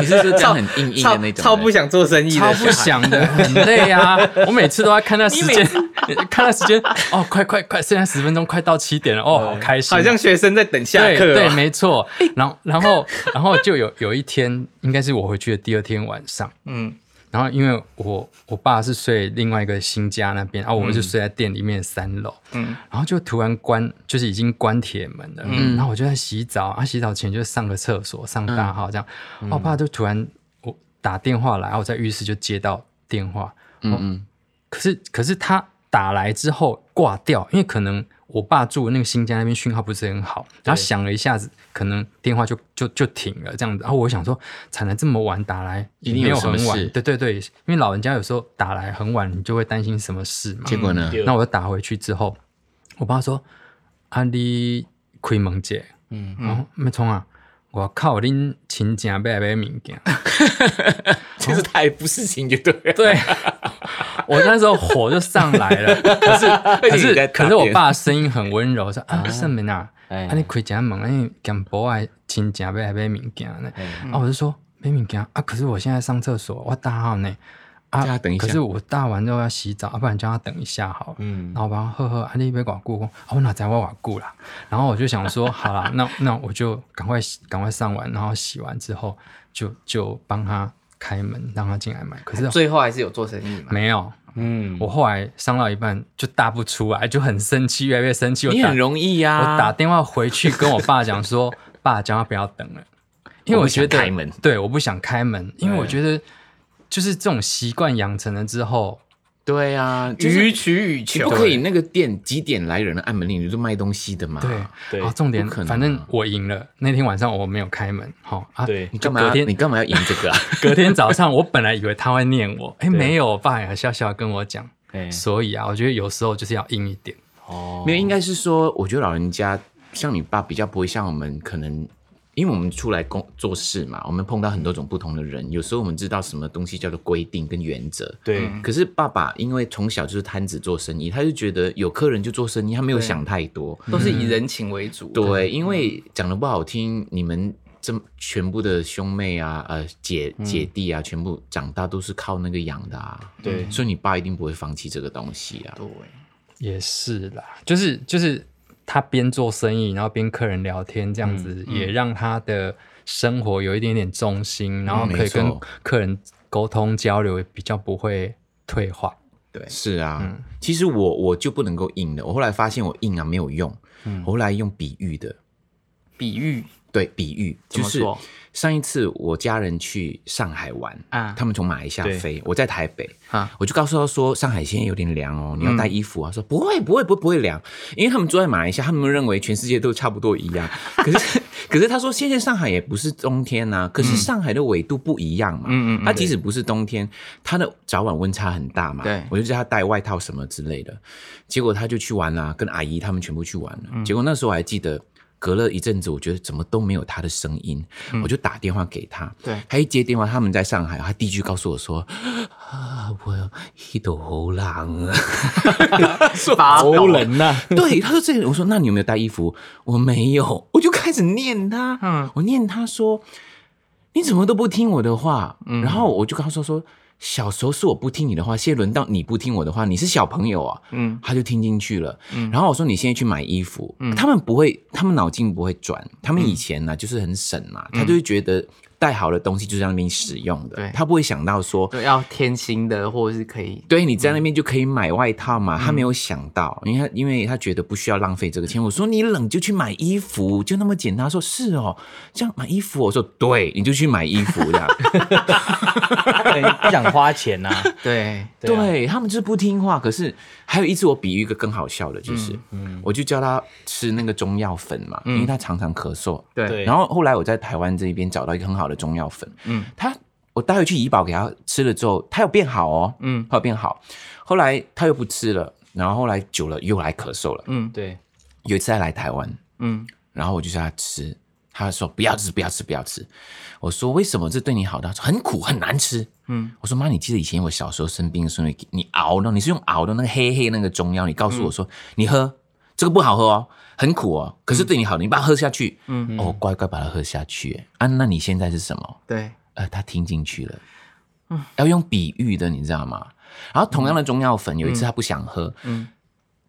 B: 你是说这样很硬硬的那种，
A: 超不想做生意
D: 超
A: 的，
D: 不想的，很累
A: <laughs>
D: 啊！我每次都要看那时间， <laughs> 看那时间，哦，快快快，剩下十分钟，快到七点了，哦，好开心，
A: 好像学生在等下
D: 对
A: 课哦。
D: 对，
A: <laughs>
D: 没错。然后然后然后就有有一天，应该是我回去的第二天晚上，
A: 嗯
D: 然后因为我我爸是睡另外一个新家那边，啊，我就睡在店里面三楼，
A: 嗯
D: 然后就突然关，就是已经关铁门了。嗯然后我就在洗澡啊，洗澡前就上个厕所，上大号这样。
A: 嗯
D: 我爸就突然我打电话来，我在浴室就接到电话，
B: 嗯嗯，
D: 可是可是他打来之后挂掉，因为可能我爸住的那个新家那边讯号不是很好，然后响了一下子，可能电话就就就停了这样子。然后我想说，惨了这么晚打来，
B: 一
D: 也
B: 定有
D: 没
B: 什
D: 很
B: 么事
D: 晚，对对对，因为老人家有时候打来很晚，你就会担心什么事嘛。
B: 结果呢？
C: 对
D: 那我就打回去之后，我爸说：“啊，你开门姐，嗯，然后没冲啊，我靠，恁亲戚要来买物件。
B: 就是太不事情就对
D: <laughs>
B: 了”。
D: 对，我那时候火就上来
B: <laughs>
D: 了，可是可
B: 而且你在
D: 是
B: 打
D: 可
B: 电
D: 是我爸声音很温柔，说：“啊，什么啊，
B: 哎
D: 啊，你开一下门，你干不爱亲戚要来买物件呢？”
B: 嗯
D: 啊，我就说买物件啊，可是我现在上厕所，我打好呢。啊，
B: 叫他等一下
D: 可是我大完之后要洗澡，啊、不然叫他等一下好了。嗯，然后我帮他喝喝，啊，你别管顾，我我哪在我管顾啦？然后我就想说，
B: <laughs>
D: 好啦，那那我就赶快洗赶快上完，然后洗完之后就就帮他开门，让他进来买。可是
A: 最后还是有做生意嘛。
D: 没有，
C: 嗯，
D: 我后来上到一半就大不出来，就很生气，越来越生气。我
B: 你
D: 打
B: 很啊容易呀、
D: 我打电话回去跟我爸讲说， <laughs> 爸叫他不要等了，因为
B: 我不
D: 觉得
B: 想开门
D: 对，我不想开门，因为我觉得就是这种习惯养成了之后，
B: 对啊，就是
A: 予取予
B: 你
A: 求，
B: 不可以那个店几点来人了按门铃，你就卖东西的嘛。
D: 对，
C: 对
D: 啊，重点
B: 不可能啊
D: 反正我赢了。那天晚上我没有开门，好、啊，
C: 对
B: 你干嘛
D: 就隔
B: 要？
D: 天
B: 你干嘛要赢这个啊？
D: 隔天早上我本来以为他会念
B: <laughs>
D: 我，哎，没有，我爸也笑笑跟我讲，
B: 嗯
C: 哎
D: 所以啊，我觉得有时候就是要硬一点，
C: 哦，
B: 没有，应该是说，我觉得老人家像你爸比较不会像我们，可能因为我们出来工做事嘛，我们碰到很多种不同的人，有时候我们知道什么东西叫做规定跟原则。
C: 对，
B: 可是爸爸因为从小就是摊子做生意，他就觉得有客人就做生意，他没有想太多。
A: 都是以人情为主。
B: 对，因为讲的不好听，你们这么全部的兄妹啊、呃姐姐弟啊，全部长大都是靠那个养的啊。
C: 对
B: 所以你爸一定不会放弃这个东西啊。
A: 对，
D: 也是啦，就是就是他边做生意，然后边客人聊天，这样子、也让他的生活有一点点重心，然后可
B: 没
D: 以
B: 错
D: 跟客人沟通交流，比较不会退化。
B: 是啊，
A: 嗯
B: 其实我我就不能够硬的，我后来发现我硬啊没有用，
A: 嗯
B: 我后来用比喻的，
A: 比喻
B: 对，比喻
A: 怎
B: 就
A: 么
B: 是
A: 说
B: 上一次我家人去上海玩
A: 啊
B: 他们从马来西亚
C: 对
B: 飞，我在台北
A: 啊
B: 我就告诉他说上海现在有点凉哦，你要带衣服啊，他说不会不会不会不会凉，因为他们住在马来西亚，他们认为全世界都差不多一
A: <laughs>
B: 样，可是可是他说现在上海也不是冬天呐、可
A: 嗯
B: 是上海的纬度不一样嘛，
A: 嗯嗯嗯
B: 它即使不是冬天，它的早晚温差很大嘛，
A: 对
B: 我就叫他带外套什么之类的，结果他就去玩啦、啊跟阿姨他们全部去玩了。
A: 嗯
B: 结果那时候我还记得，隔了一阵子，我觉得怎么都没有他的声音，我就打电话给他。
A: 嗯对
B: 他一接电话，他们在上海，他第一句告诉我说：“啊，我一头猴狼啊。”
A: 发抖
C: 欧人呐，
B: <laughs> 对，他说这个，我说那你有没有带衣服？我没有，我就开始念他，
A: 嗯嗯
B: 我念他说你怎么都不听我的话，然后我就跟他说说小时候是我不听你的话，现在轮到你不听我的话，你是小朋友啊，
A: 嗯
B: 他就听进去了。然后我说你现在去买衣服，他们不会，他们脑筋不会转，他
A: 嗯
B: 们以前呢、就是很省嘛、他就会觉得带好的东西就是在那边使用的
A: 对，
B: 他不会想到说。
A: 对，要天心的或者是可以，
B: 对，你在
C: 嗯
B: 那边就可以买外套嘛？他没有想到，因为他因为他觉得不需要浪费这个
C: 嗯
B: 钱。我说你冷就去买衣服，就那么简单。他说是哦，这样买衣服。我说对，你就去买衣服这样。
C: 他啊可能不想花钱呐、
A: 对，
C: <laughs> 对啊
B: 对他们就是不听话。可是还有一次，我比喻一个更好笑的，就是、
C: 嗯
B: 我就叫他吃那个中药粉嘛，因为他常常咳嗽。
A: 对
C: 对
B: 然后后来我在台湾这边找到一个很好的中药粉，嗯，他我带回去怡宝给他吃了之后，他有变好哦，
A: 嗯
B: 嗯，他有变好。后来他又不吃了，然后后来久了又来咳嗽了。
A: 嗯
C: 对，
B: 有一次他来台湾，
A: 嗯
B: 然后我就叫他吃，他说不要吃，不要吃，不要吃。我说为什么这对你好？他说很苦，很难吃。
A: 嗯，
B: 我说妈，你记得以前我小时候生病的时候，你你熬的，你是用熬的那个黑黑那个中药，你告诉
A: 嗯
B: 我说、你喝这个不好喝哦，很苦哦，可是对你好，你把它喝下去。嗯，哦，乖乖把它喝下去。哎啊，那你现在是什么？
A: 对，
B: 呃，他听进去了，
A: 嗯
B: 要用比喻的，你知道吗？然后同样的中药粉，有一次他不想喝，
A: 嗯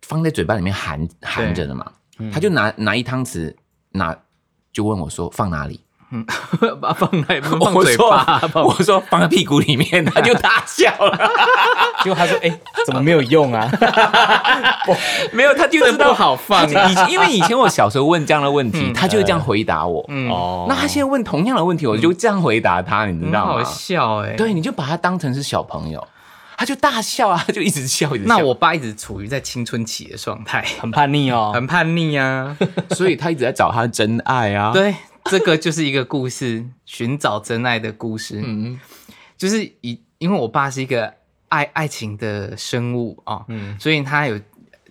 B: 放在嘴巴里面含含着的嘛，他就拿拿一汤匙，拿就问我说放哪里？
A: 把它放在放
B: 我
A: 嘴
B: 说
A: 巴，放
B: 我说放在屁股里面， <laughs> 他就大笑了。
C: 结果他说：“哎、怎么没有
A: <laughs>
C: 用啊
B: 没有，他就知
A: 不
B: 道
A: 好放啊嗯
B: 他
A: <laughs>
B: 就以因为以前我小时候问这样的问题，他就会这样回答我。？”
C: 哦
B: 那他现在问同样的问题，我就这样回答他，你知
A: 很
B: 道
A: 嗯好
B: 吗？
A: 笑哎。
B: 对，你就把他当成是小朋友，他就大笑啊，他就一直笑，一直笑。
A: 那我爸一直处于在青春期的状态，
C: 很叛逆哦，
A: 很叛逆啊。
B: <laughs> 所以他一直在找他的真爱啊。，
A: 对，这个就是一个故事，寻找真爱的故事。
B: 嗯，
A: 就是以因为我爸是一个爱爱情的生物啊、嗯，所以他有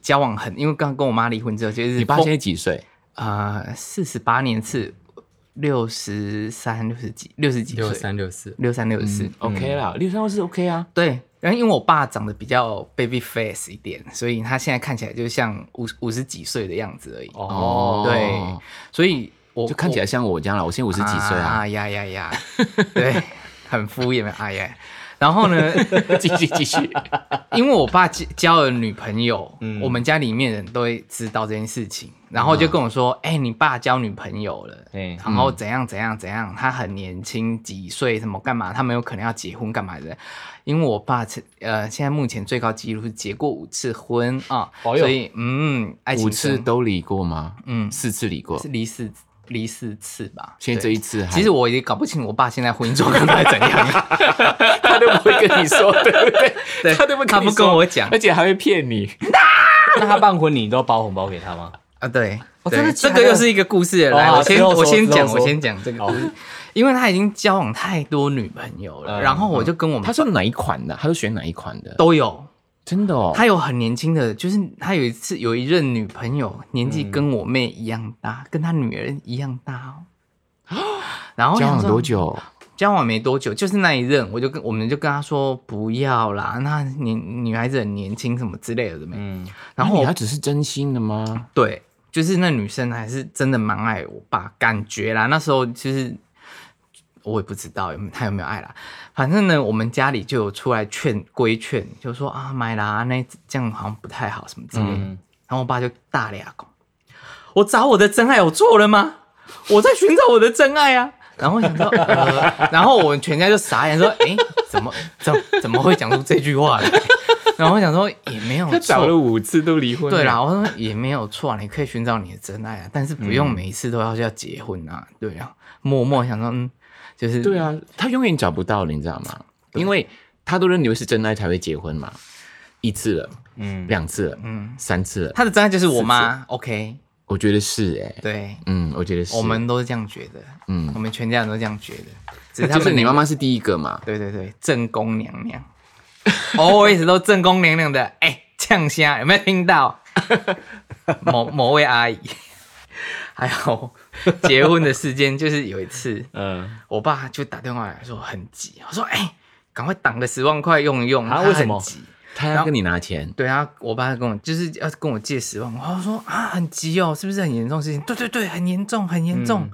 A: 交往很，因为刚跟我妈离婚之后，就是
B: 你爸
A: 疯
B: 现在几岁？
A: 呃四十八年次，六十三、六十几、六十几
D: 六
A: 岁，
D: 三六四，
A: 六三六十四。
B: OK 啦，六三六是 OK 啊。
A: 对，然后因为我爸长得比较 baby face 一点，所以他现在看起来就像五五十几岁的样子而已。哦，
B: 哦
A: 对，所以我
B: 就看起来像我这样了。我现在五十几岁啊，
A: 啊呀呀呀，对，很敷衍啊呀。然
B: <laughs>
A: 后呢， <laughs>
B: 继续继续。
A: 因为我爸交交了女朋友，
B: 嗯
A: 我们家里面人都会知道这件事情，然后就跟我说：“
B: 嗯
A: 哎、你爸交女朋友了，
C: 哎
A: 然后怎样怎样怎样，他很年轻，几岁什么干嘛，他们有可能要结婚干嘛的。”因为我爸是呃，现在目前最高纪录是结过五次婚啊，
C: 哦哟
A: 所以嗯，爱情
B: 哎五次
A: 生
B: 都离过吗？
A: 嗯
B: 四次离过
A: 是，离四离四次吧。
B: 现在这
A: 对
B: 一次还
A: 其实我也搞不清我爸现在婚姻状况到底怎样，
B: <laughs>
A: <laughs>
B: 他都不会跟你说，对不对？
A: 对
B: <laughs> 他都不
A: 他不
B: 跟
A: 跟
B: 你说
A: 我讲
B: 而且还会骗你。
C: 那他办婚礼你都包红包给他吗？
A: 啊，对，
C: 哦
A: 对
C: 真的假
A: 这
C: 的
A: 个又是一个故事了。来，
C: 哦好
A: 我先
C: 之后说
A: 我先讲，
C: 之后
A: 我
C: 说
A: 先讲这个
C: 哦
A: 故事，因为他已经交往太多女朋友了，
C: 嗯
A: 然后我就跟我们
B: 他说哪一款的？他说选哪一款的？
A: 都有，
B: 真的哦。
A: 他有很年轻的，就是他有一次有一任女朋友，年纪跟我妹一样大，跟他女儿一样大哦。 <gasps> 然后我
B: 交
A: 想
B: 往
A: 说
B: 多？久？
A: 交往没多久，就是那一任，我就跟我们就跟他说不要啦，那女女孩子很年轻什么之类的，没、
C: 嗯，
A: 然后
B: 那
A: 我
B: 你他只是真心的吗？
A: 对，就是那女生还是真的蛮爱我爸，感觉啦。那时候其实我也不知道有没有她有没有爱啦，反正呢，我们家里就有出来劝规劝，就说啊买啦，那这样好像不太好什么之类的。
C: 嗯
A: 然后我爸就大咧公，我找我的真爱有错了吗？我在寻找我的真爱啊。然后我想说，呃，然后我们全家就傻眼说，哎，怎么怎么怎么会讲出这句话来？然后我想说也没有错，
B: 五次都离婚
A: 对啦，，我说也没有错、啊， <laughs> 你可以寻找你的真爱啊，但是不
B: 嗯
A: 用每一次都要要结婚啊。对啊，默默想说，嗯，就是
B: 对啊，他永远找不到的，你知道吗？因为他都认为是真爱才会结婚嘛，一次了，
C: 嗯，
B: 两次了，嗯，三次了，
A: 他的真爱就是我妈。OK，
B: 我觉得是哎，
A: 对，
B: 嗯，我觉得是。
A: 我们都是这样觉得，嗯
B: 嗯，
A: 我们全家人都这样觉得，只是他
B: 啊就
A: 们
B: 是你
A: 两
B: 妈
A: 个，
B: 妈是第一个嘛，
A: 对对对，正宫娘娘 <laughs> ，always 都正宫娘娘的，哎、呛虾有没有听到？某某位阿姨，还有结婚的时间，就是有一次，
C: 嗯，
A: 我爸就打电话来说很急，我说哎，赶、快挡个十万块用一用。
C: 啊
A: 他
C: 为什么
A: 很急
B: 他要跟你拿钱，
A: 对啊，我爸跟我就是要跟我借十万，我说啊很急哦，是不是很严重的事情？对对对，很严重，很严重。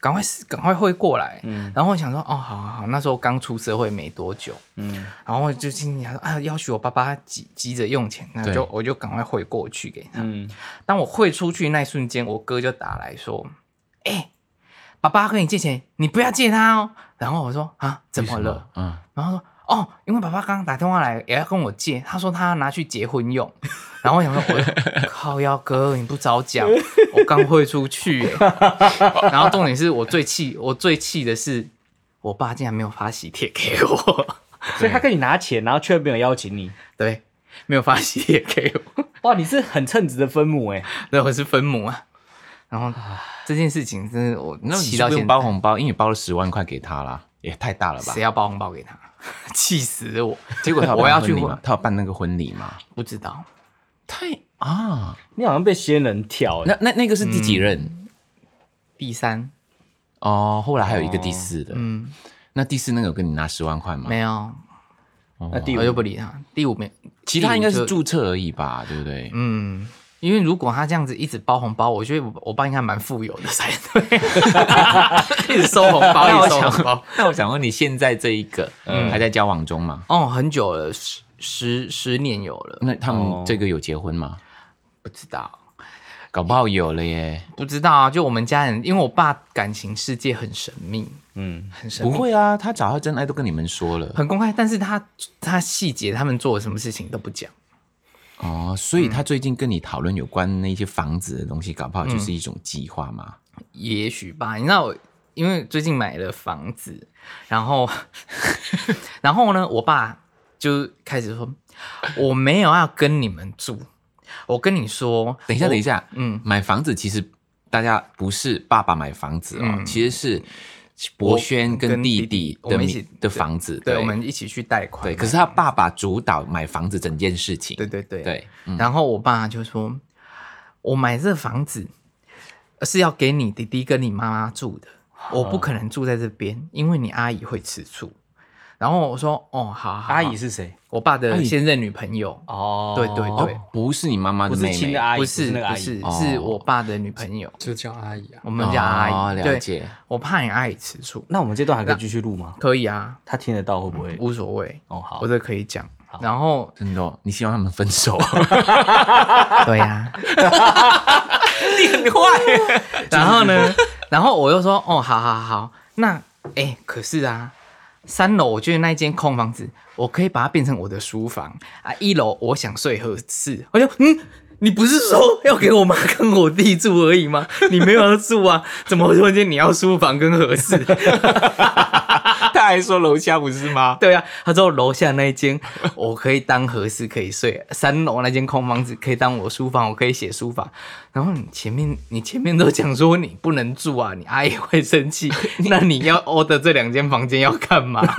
A: 赶快赶快会过来。然后我想说，哦，好好好，那时候刚出社会没多久，嗯，然后我就心里想说，啊，要许我爸爸急急着用钱，那我就
B: 对
A: 我就赶快汇过去给他。当我汇出去那一瞬间，我哥就打来说，哎、爸爸跟你借钱，你不要借他哦。然后我说啊，怎么了？？
B: 嗯，
A: 然后说哦，因为爸爸刚刚打电话来也要跟我借，他说他要拿去结婚用， <laughs> 然后我想说，我就靠耀哥，你不早讲，
B: <laughs>
A: 我刚会出去 <laughs> 耶，然后重点是我最气，我最气的是我爸竟然没有发喜帖给我， <laughs>
C: 所以他跟你拿钱，然后却没有邀请你。
A: 对，没有发喜帖给我，
C: 哇，你是很称职的分母哎、
A: 对，我是分母啊，然后这件事情真的我
B: 那你
A: 气
B: 就
A: 到
B: 不
A: 现
B: 用
A: 在
B: 包，红包，因为你包了十万块给他啦，也太大了吧
A: 谁？要包红包给他？ <laughs> 气死我！
B: 结果他有办
A: 我要去
B: 婚礼
A: 婚
B: 吗？，他有办那个婚礼吗？
A: 不知道
B: 太啊，
C: 你好像被仙人跳哎、
B: 那那那个是第几任？
A: 第三，
B: 哦，后来还有一个第四的。
A: 嗯，
B: 那第四那个有跟你拿十万块吗？
A: 没有，
C: 那第五
A: 我哎啊就不理他。第五名，
B: 其他应该
A: 第
B: 是
A: 五就
B: 注册而已吧，对不对？
A: 嗯，因为如果他这样子一直包红包，我觉得我我爸应该蛮富有的才对，
B: <laughs>
A: 一直收红包，一直收红包。
B: 那我想哦问你，现在这一个呃还在交往中吗？
A: 哦，很久了，十十十年有了，
B: 那他
C: 哦
B: 们这个有结婚吗？
A: 不知道
B: 搞不好有了耶。
A: 不知道啊。就我们家人，因为我爸感情世界很神秘，
C: 嗯，
A: 很神
B: 不
A: 秘，
B: 会啊，他找到真爱都跟你们说了
A: <laughs> 很公开，但是他他细节他们做了什么事情都不讲。
B: 哦，所以他最近跟你讨论有关那些房子的东西，搞不好就是一种计划嘛。
A: 也许吧，你知道我，因为最近买了房子，然后， <laughs> 然后呢，我爸就开始说，我没有要跟你们住，我跟你说，
B: 等一下，等一下，
A: 嗯
B: 嗯，买房子其实大家不是爸爸买房子哦，
A: 嗯
B: 其实是博轩跟弟弟
A: 我跟弟弟我
B: 的
A: 们一
B: 名
A: 起
B: 的房子，
A: 对，我们一起去贷款，
B: 对，可是他爸爸主导买房子整件事情，
A: 对对对，
B: 对，嗯
A: 然后我爸就说，我买这房子是要给你弟弟跟你妈妈住的，我不可能住在这边，因为你阿姨会吃醋。然后我说，哦，好好好
C: 阿姨是谁？
A: 我爸
B: 阿
A: 的
B: 姨
A: 现任女朋友，
C: 哦
A: 对对对
B: 哦，不是你妈妈
C: 不
B: 的啊
C: 是
B: 妹
C: 亲
B: 妹
C: 的，阿姨，
A: 不
C: 是
A: 是
C: 那
A: 不
C: 个阿姨，
A: 是，
B: 哦
A: 是我爸的女朋友，
D: 就叫阿姨啊
A: 我。们家阿
B: 哦
A: 姨。
B: 了
A: 对，
B: 解
A: 我怕你阿姨吃醋，
C: 那我们这段还可以继续录吗？
A: 可以啊，
C: 他听得到会不会？
A: 无所谓，
C: 哦，好
A: 我，这可以讲。然后
B: 真的哦、你希望他们分手？
A: <laughs> 对呀，
B: 你很坏。
A: 然后呢，然后我又说，哦，好好好，那哎，可是啊。三楼我觉得那一间空房子，我可以把它变成我的书房啊。一楼我想睡合适，我就嗯，你不是说要给我妈跟我弟住而已吗？你没有要住啊？怎么突然间你要书房跟合适？
B: 他还说楼下不是吗？
A: 对啊，他说楼下那一间我可以当和室可以睡，三楼那间空房子可以当我书房，我可以写书法。然后你前面你前面都讲说你不能住啊，你阿姨会生气，那你要 order 这两间房间要干嘛？
B: <laughs>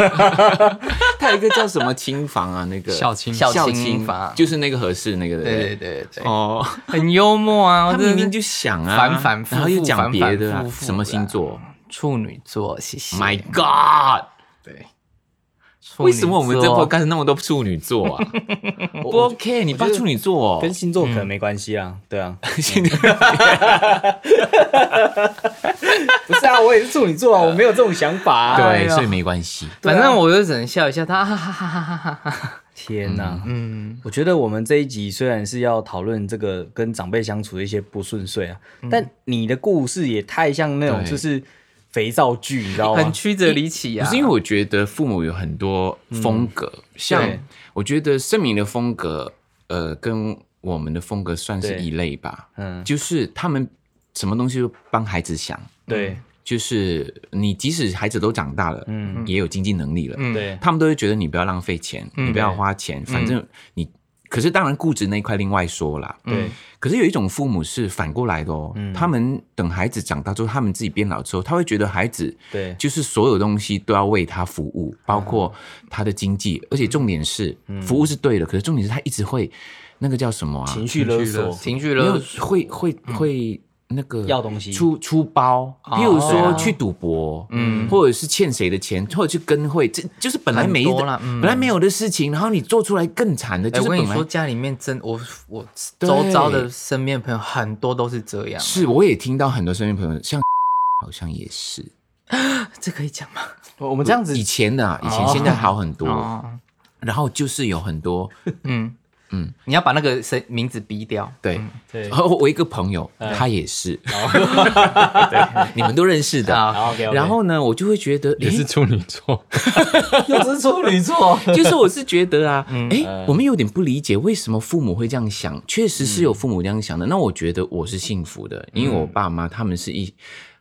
B: 他有一个叫什么亲房啊？那个
D: 孝亲
A: 孝
B: <laughs> 孝
A: 亲
B: 亲
A: 房
B: 就是那个合适那个的。
A: 对对对对，
B: 哦，
A: 很幽默啊，
B: 他
A: 真的
B: 明
A: 是
B: 明就想啊，
A: 反反复复
B: 然后又讲别的啊
A: 反反复复
B: 什么星座
A: 处女座，谢谢。
B: ？My God！
A: 对，处
B: 为
A: 女
B: 什么我们这
A: 座
B: podcast 那么多处女座 <laughs> 啊？不 OK，你爸处女座哦
C: 跟，星座可能没关系啊，对啊，不是啊，我也是处女座啊，我没有这种想法啊。
B: 对，所以没关系。
A: 反正我就只能笑一下他，哈哈哈哈哈哈。
C: 天哪、
A: 嗯，
C: 我觉得我们这一集虽然是要讨论这个跟长辈相处的一些不顺遂啊，但你的故事也太像那种
B: 对
C: 就是肥皂剧，你知道
A: 很
C: 吗？
A: 曲折离奇啊。
B: 不是因为我觉得父母有很多风格，像
C: 对
B: 我觉得盛明的风格，呃，跟我们的风格算是
C: 对
B: 一类吧。
C: 嗯，
B: 就是他们什么东西都帮孩子想，
C: 对
B: 就是你即使孩子都长大了，
C: 嗯
B: 嗯，也有经济能力了，
A: 嗯
C: 对，
B: 他们都会觉得你不要浪费钱，你不要花钱，反正你。可是当然固执那一块另外说啦，
C: 对，
B: 可是有一种父母是反过来的哦，
A: 嗯
B: 他们等孩子长大之后，他们自己变老之后，他会觉得孩子
C: 对
B: 就是所有东西都要为他服务，包括
A: 嗯
B: 他的经济，而且重点是、服务是对的，可是重点是他一直会那个叫什么啊？
C: 情绪勒
D: 情绪勒
C: 索，
A: 情嗯绪
B: 没
A: 勒
B: 有会会会那个
C: 要东西
B: 出出包，譬如
A: 对啊
B: 说去赌博，嗯，或者是欠谁的钱，或者去跟会，这就是本来没
A: 很多
B: 的
A: 啦，嗯
B: 本来没有的事情，然后你做出来更惨的，
A: 哎、
B: 就是
A: 我跟
B: 本
A: 你
B: 来
A: 说，家里面真我我
B: 对
A: 周遭的身边朋友很多都是这样，
B: 是我也听到很多身边朋友像 <laughs> 好像也是。
A: 这可以讲吗？
C: 我我们这样子哦
B: 以前的、啊，以前现在好很多，
A: 哦，
B: 然后就是有很多，
A: 嗯嗯
B: 嗯，
A: 你要把那个谁名字逼掉，
B: 对，
C: 对嗯
B: 然后我一个朋友他也是，
C: 哦
B: <laughs> 你们都认识的。
A: 啊，
C: 好 OK，OK
B: 然后呢，我就会觉得
D: 也是处女座， <laughs>
C: 又是处女座，
B: <laughs> 就是我是觉得啊，哎、我们有点不理解为什么父母会这样想，确实是有父母这样想的。那我觉得我是幸福的，因为我爸妈他们是一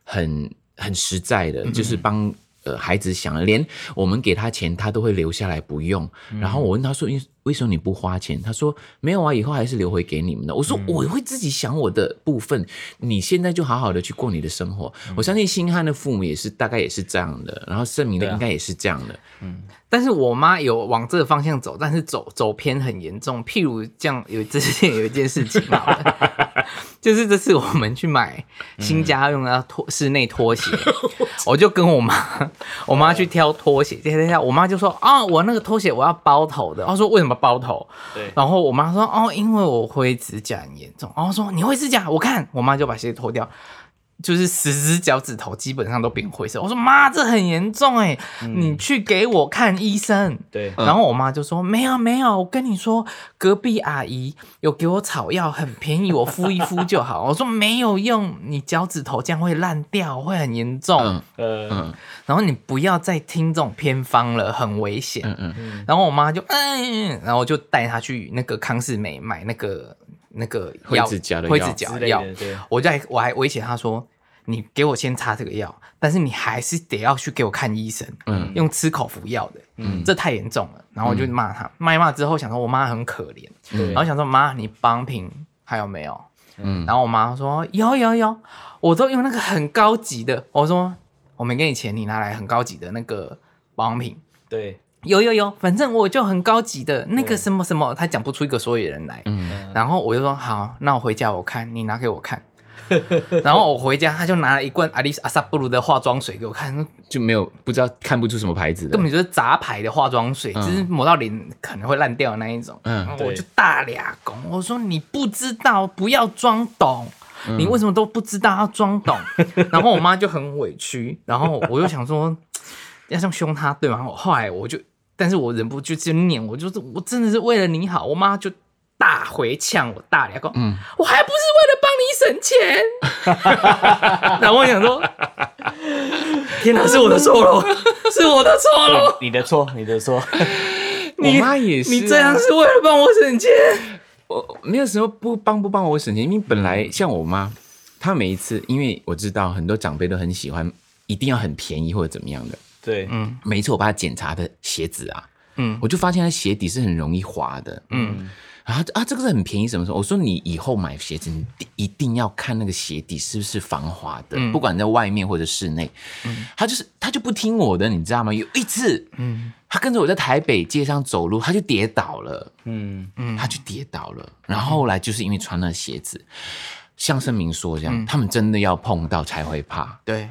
B: 很很实在的，就是帮。呃，孩子想了，连我们给他钱，他都会留下来不用。然后我问他说：“因为什么你不花钱？”他说：“没有啊，以后还是留回给你们的。”我说：“我会自己想我的部分，你现在就好好的去过你的生活。”我相信星汉的父母也是，大概也是这样的，然后盛明的应该也是这样的。
A: 但是我妈有往这个方向走，但是走走偏很严重。譬如这样，有之前有一件事情好了，就是这次我们去买新家用的拖室内拖鞋，我就跟我妈，我妈去挑拖鞋，挑挑挑，我妈就说啊、我那个拖鞋我要包头的。她说为什么包头？
C: 对
A: 然后我妈说哦，因为我灰指甲很严重。然后说你灰指甲，我看我妈就把鞋脱掉。就是十只脚趾头基本上都变灰色。我说妈，这很严重哎、你去给我看医生。
C: 对
A: 然后我妈就说：“没有没有，我跟你说，隔壁阿姨有给我草药，很便宜，我敷一敷就好。” <laughs> 我说：“没有用，你脚趾头这样会烂掉，会很严重。
B: 嗯
C: 呃，
A: 然后你不要再听这种偏方了，很危险。
B: 嗯嗯。
A: 然后我妈就嗯，然后我就带她去那个康士美买那个那个
B: 灰
A: 药，
B: 指甲的
A: 灰
B: 药
A: 指甲
C: 之类
A: 药
C: 的，对
A: 我就还我还威胁她说。你给我先擦这个药，但是你还是得要去给我看医生，嗯
B: 嗯，
A: 用吃口服药的，嗯，这太严重了。然后我就骂
B: 嗯
A: 她，骂一骂之后，想说我妈很可怜，
C: 对
A: 然后想说妈，你帮品还有没有？
B: 嗯
A: 然后我妈说有有有，我都用那个很高级的。我说我没给你钱，你拿来很高级的那个保养品。
C: 对，
A: 有有有，反正我就很高级的那个
C: 对
A: 什么什么，他讲不出一个所以然来。
B: 嗯
A: 然后我就说好，那我回家我看，你拿给我看。 <laughs> 然后我回家，他就拿了一罐阿丽阿萨布鲁的化妆水给我看，
B: 就没有不知道看不出什么牌子的，
A: 根本就是杂牌的化妆水，
B: 嗯
A: 就是抹到脸可能会烂掉的那一种。
B: 嗯
A: 然后
C: 对
A: 我就大俩拱，我说你不知道，不要装懂。你为什么都不知道要装 <laughs> 懂？然后我妈就很委屈，然后我就想说要这样凶她对吗？我后来我就，但是我忍不住就念，我就是我真的是为了你好，我妈就大回呛我大俩拱，
B: 嗯
A: 我还不是为了帮你省钱。 <laughs> 然后我想说，天哪，是我的错喽，是我的错喽，
C: 嗯你的错，你的错， <laughs>
B: 我妈也是啊、
A: 你这样是为了帮我省钱。
B: 我没有什么不帮不帮我省钱，因为本来像我妈，她每一次，因为我知道很多长辈都很喜欢，一定要很便宜或者怎么样的。
C: 对，
B: 每一次我帮她检查的鞋子啊，
A: 嗯
B: 嗯，我就发现她鞋底是很容易滑的，
A: 嗯
B: 嗯。然后她啊，这个是很便宜，什么时候？我说你以后买鞋子，你一定要看那个鞋底是不是防滑的，
A: 嗯
B: 不管在外面或者室内。她就是她就不听我的，你知道吗？有一次，
A: 嗯
B: 嗯，她跟着我在台北街上走路，她就跌倒了。
C: 嗯，
B: 他就跌倒了，然后后来就是因为穿了鞋子，像声明说这样，他们真的要碰到才会怕
A: 对，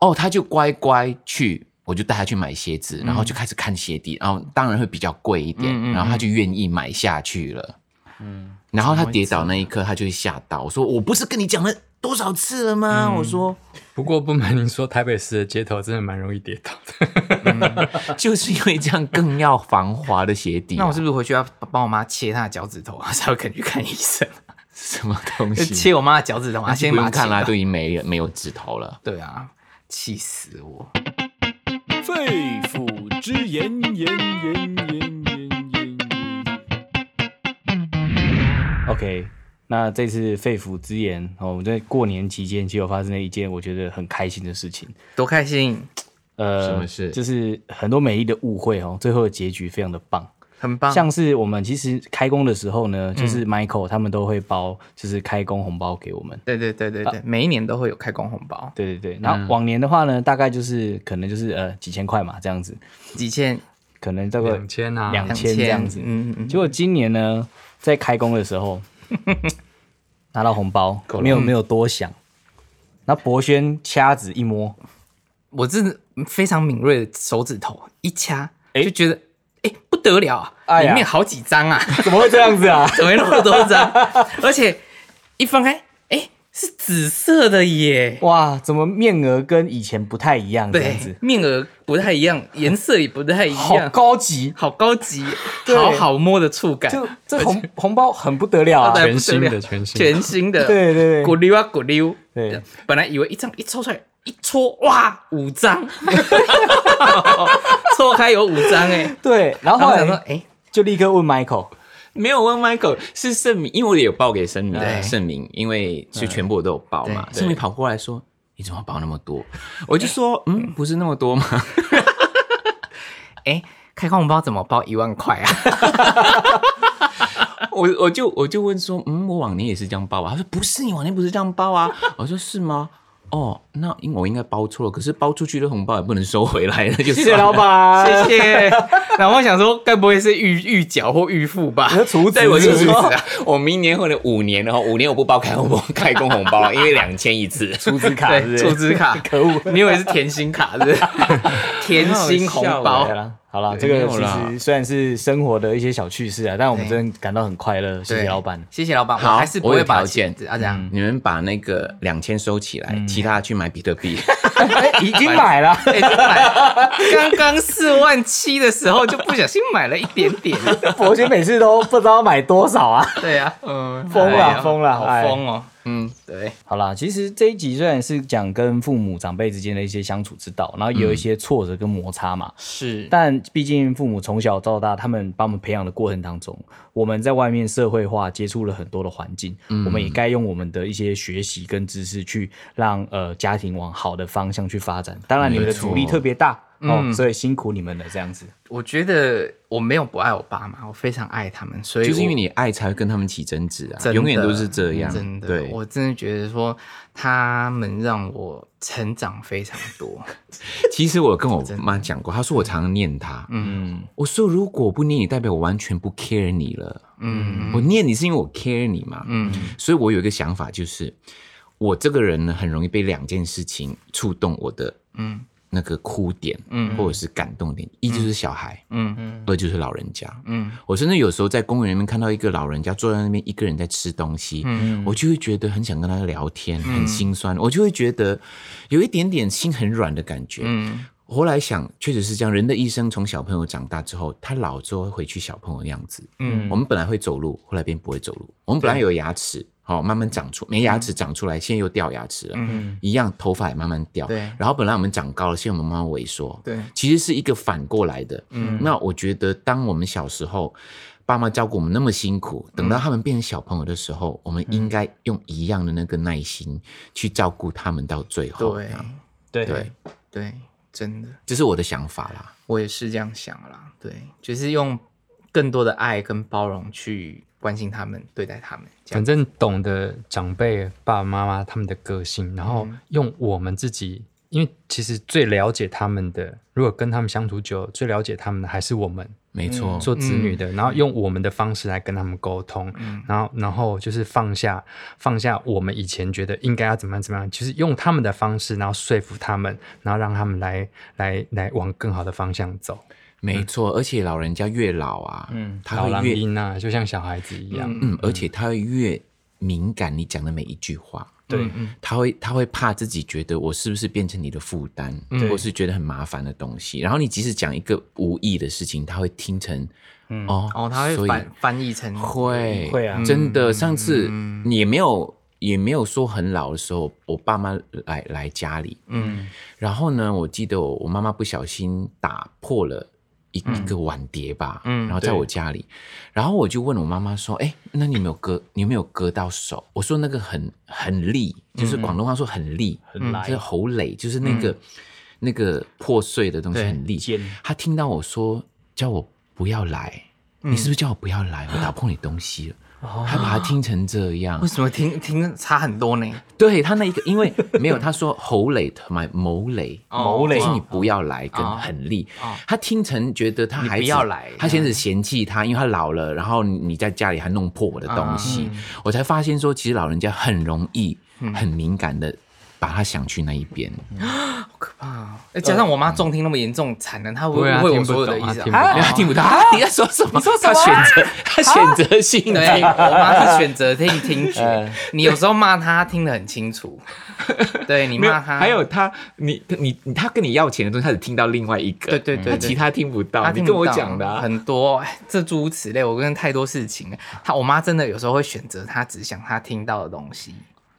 B: 哦，他就乖乖去，我就带他去买鞋子，然后就开始看鞋底，然后当然会比较贵一点，
A: 嗯嗯嗯
B: 然后他就愿意买下去了，嗯，然后他跌倒那一刻，他就会吓到，我说我不是跟你讲了多少次了吗？我说
D: 不过不瞒您说，台北市的街头真的蛮容易跌倒的。
B: 就是因为这样更要防滑的鞋底啊、
A: 那我是不是回去要帮我妈切她的脚趾 <laughs> 头，啊才会肯去看医生？
B: 什么东
A: 就
B: 西？
A: 切我妈的脚趾头，啊，先
B: 不
A: 把它
B: 用
A: 切
B: 看啦，
A: 断
B: 都已经没有没有指头了。
A: 对啊，气死我！
E: 肺腑之言，言言言言言言。
C: OK，那这次肺腑之言哦，我在过年期间其实有发生了一件我觉得很开心的事情，
A: 多开心，
C: 呃，
B: 什么事
C: 就是很多美丽的误会哦，最后的结局非常的棒。
A: 很棒。
C: 像是我们其实开工的时候呢，就是
B: 嗯
C: Michael 他们都会包，就是开工红包给我们。
A: 对对对对对，每一年都会有开工红包，
C: 对对对，然
B: 嗯
C: 后往年的话呢，大概就是可能就是呃几千块嘛这样子，
A: 几千
C: 可能这个
D: 两千啊，
C: 两
A: 两
C: 千这样子。
A: 嗯嗯
C: 结果今年呢，在开工的时候 <laughs> 拿到红包，没有没有多想，那博轩掐指一摸， <laughs>
A: 我真的非常敏锐的手指头一掐，
C: 哎
A: 就觉得哎不得了啊，
C: 哎呀
A: 里面好几张啊， <laughs>
C: 怎么会这样子啊？
A: 怎么会那么多张？而且一翻开，哎，是紫色的耶。
C: <laughs> 哇，怎么面额跟以前不太一样这样
A: 对
C: 子，，
A: 面额不太一样，颜色也不太一
C: 好
A: 样，
C: 高级，
A: 好高级，
C: 对
A: 好好摸的触感，
C: 就这红红包很不得了啊！
A: 对
D: 全新
A: 不得了
D: 的，全新的。
A: 全新的，
C: <laughs> 对对对
A: 鼓溜啊鼓溜。
C: 对，
A: 本来以为一张一抽出来一戳，哇，五张，戳开有五张
C: <laughs>
A: 哎。
C: 对，然
A: 然
C: 后
A: 后
C: 后
A: 我想说，
C: 来
A: 哎，
C: 就立刻问 Michael，
B: 没有问 Michael 是盛明，因为我也有报给盛明
A: 对，
B: 盛明，因为就全部我都有报嘛。
A: 对对
B: 盛明跑过来说：“你怎么报那么多？”我就说：“嗯，不是那么多吗
A: 哎，开空红包怎么包一万块啊？？”
B: 我我就我就问说：“嗯，我往年也是这样报啊？”他说：“不是，你往年不是这样报啊？”我说：“是吗？”哦，那因为我应该包错了，可是包出去的红包也不能收回来了，就
C: 谢
B: 是
C: <laughs>
B: 哦
C: 谢老。板， <laughs>
A: 谢谢。 <laughs> 然后我想说，该不会是预预缴或预付吧？
C: 厨子
B: 对，我就
C: 厨 <laughs>
B: 说，我明年或者五年，然后五年我不包开红包，开工红包了，因为两千一次。
C: 厨子 <laughs> 卡，
A: 对，储值卡，
C: <laughs> 可恶，
A: 你以为是甜心卡是
C: <laughs>
A: 不是？甜心红
C: 哦对
A: 包，
C: 啦，好欸了，
B: 对
C: 这个
B: 没有
C: 其
B: 啦
C: 实虽然是生活的一些小趣事啊，但我们
A: 对
C: 真的感到很快乐，谢谢
A: 对
C: 老 <laughs> 板。
A: 谢谢老板，
B: 好
A: 我还是不会
B: 我有
A: 把
B: 条件
A: 钱啊这样。
B: 你们把那个两千收起来，
A: 嗯
B: 其他去买比特 <laughs> 币。
C: 已经买 <laughs> 了，
A: 哎，就买刚刚四万七的时候就不小心买了一点点，
C: 伯爵每次都不知道买多少啊。
A: 对啊，嗯，
C: 疯了
A: 哎呀
C: 疯了
A: 好
C: 哎
A: 疯哦，嗯，对，
C: <laughs> 好啦，其实这一集虽然是讲跟父母长辈之间的一些相处之道，然后也有一些挫折跟摩擦嘛，
A: 是，
C: 但毕竟父母从小到大，他们把我们培养的过程当中，我们在外面社会化，接触了很多的环境，
B: 嗯
C: 我们也该用我们的一些学习跟知识去让呃家庭往好的方向去发展。当然，你们的阻力特别大
B: 嗯
C: 哦，所以辛苦你们了，这样子。
A: 我觉得我没有不爱我爸妈，我非常爱他们，所以
B: 就是因为
A: 我
B: 你爱才会跟他们起争执啊，
A: 真的嗯
B: 永远都是这样。
A: 真的，
B: 对，
A: 我真的觉得说他们让我成长非常多，
B: <laughs> 其实我跟我妈讲过，她说我常常念她，嗯，我说如果不念你，代表我完全不 care 你了，嗯，我念你是因为我 care 你嘛，嗯，所以我有一个想法就是，我这个人呢很容易被两件事情触动我的，嗯，那个哭点，嗯，或者是感动点，一就是小孩，
A: 嗯
B: 嗯，二就是老人家，
A: 嗯，
B: 我甚至有时候在公园里面看到一个老人家坐在那边一个人在吃东西，我就会觉得很想跟他聊天，很心酸，我就会觉得有一点点心很软的感觉。
A: 嗯
B: 我后来想，确实是这样。人的一生从小朋友长大之后，他老之后会回去小朋友的样子。
A: 嗯
B: 我们本来会走路，后来变不会走路。我们本来有牙齿，好、慢慢长出，没牙齿长出来，现在又掉牙齿了。
A: 嗯，
B: 一样，头发也慢慢掉。
A: 对
B: 然后本来我们长高了，现在我们慢慢萎缩。
A: 对
B: 其实是一个反过来的。嗯，那我觉得，当我们小时候，爸妈照顾我们那么辛苦，等
A: 嗯
B: 到他们变成小朋友的时候，我们应该用一样的那个耐心去照顾他们到最后。
A: 对
B: 这样
C: 对
B: 对，
A: 对，真的，
B: 这是我的想法啦。
A: 我也是这样想啦，对，就是用更多的爱跟包容去关心他们，对待他们，这
D: 反
A: 样
D: 正懂得长辈、爸爸妈妈他们的个性，然后
B: 嗯
D: 用我们自己，因为其实最了解他们的，如果跟他们相处久了，最了解他们的还是我们
B: 没
A: 嗯
B: 错，
D: 做子女
B: 嗯
D: 的，然后用我们的方式来跟他们沟通，然后然后就是放下放下我们以前觉得应该要怎么样怎么样，就是用他们的方式，然后说服他们，然后让他们来来来往更好的方向走。
B: 没错，而且老人家越老啊，嗯，他
D: 老狼
B: 会越，
D: 鹰啊，就像小孩子一样，
B: 嗯，而且他会越敏感你讲的每一句话。
C: 对，
A: 嗯
B: 他会他会怕自己觉得我是不是变成你的负担，或是觉得很麻烦的东西。然后你即使讲一个无意的事情，他会听成、
C: 嗯
B: 哦
A: 哦，他
B: 所
A: 会
B: 以
A: 翻翻译成
B: 会
C: 会
A: 嗯
C: 啊
B: 真的。上次也没有也没有说很老的时候，我爸妈来来家里，
A: 嗯
B: 然后呢，我记得我我妈妈不小心打破了一、一个碗碟吧，
A: 嗯
B: 然后在我家里，然后我就问我妈妈说：“哎，那你有没有割？你有没有割到手？”我说：“那个很很利，
A: 嗯
B: 就是广东话说很利，
C: 很来
B: 就是喉累，就是那个、那个破碎的东西
A: 对
B: 很利。
C: 尖”
B: 她听到我说叫我不要来，
A: 嗯
B: 你是不是叫我不要来？我打破你东西了。
A: 哦
B: 她把它听成这样
A: 为，什么听听差很多呢？
B: 对她那一个，因为没有她说喉累同埋谋累，
C: 谋累
B: 就是你不要来跟
A: 哦
B: 很力
A: 哦，
B: 他听成觉得他孩子
A: 你不要来嗯
B: 他先是嫌弃他，因为他老了，然后你在家里还弄破我的东西，
A: 嗯
B: 我才发现说，其实老人家很容易、很敏感的把他想去那一边，
A: 好可怕哦！加上我妈重听那么严重，惨了，她会
D: 对啊
A: 误会我
D: 听不
A: 所有的
D: 懂
A: 意
D: 啊
A: 思
D: 听不
A: 啊
D: 懂
B: 没有她听不到，啊你在说什么？你说
A: 什么啊
B: 选择，他选择性
A: 听
B: 的
A: 得很，我妈是选择听听觉，你有时候骂她听得很清楚，对你
B: 没有，
A: 骂她，
B: 还有他，你你你他跟你要钱的东西，他只听到另外一个，
A: 对对对
B: 他
A: 对
B: 其他听不到。
A: 她
B: 你
A: 听
B: 跟我
A: 不到
B: 讲的啊，
A: 很多，哎这诸如此类，我跟太多事情了。她我妈真的有时候会选择她只想她听到的东西，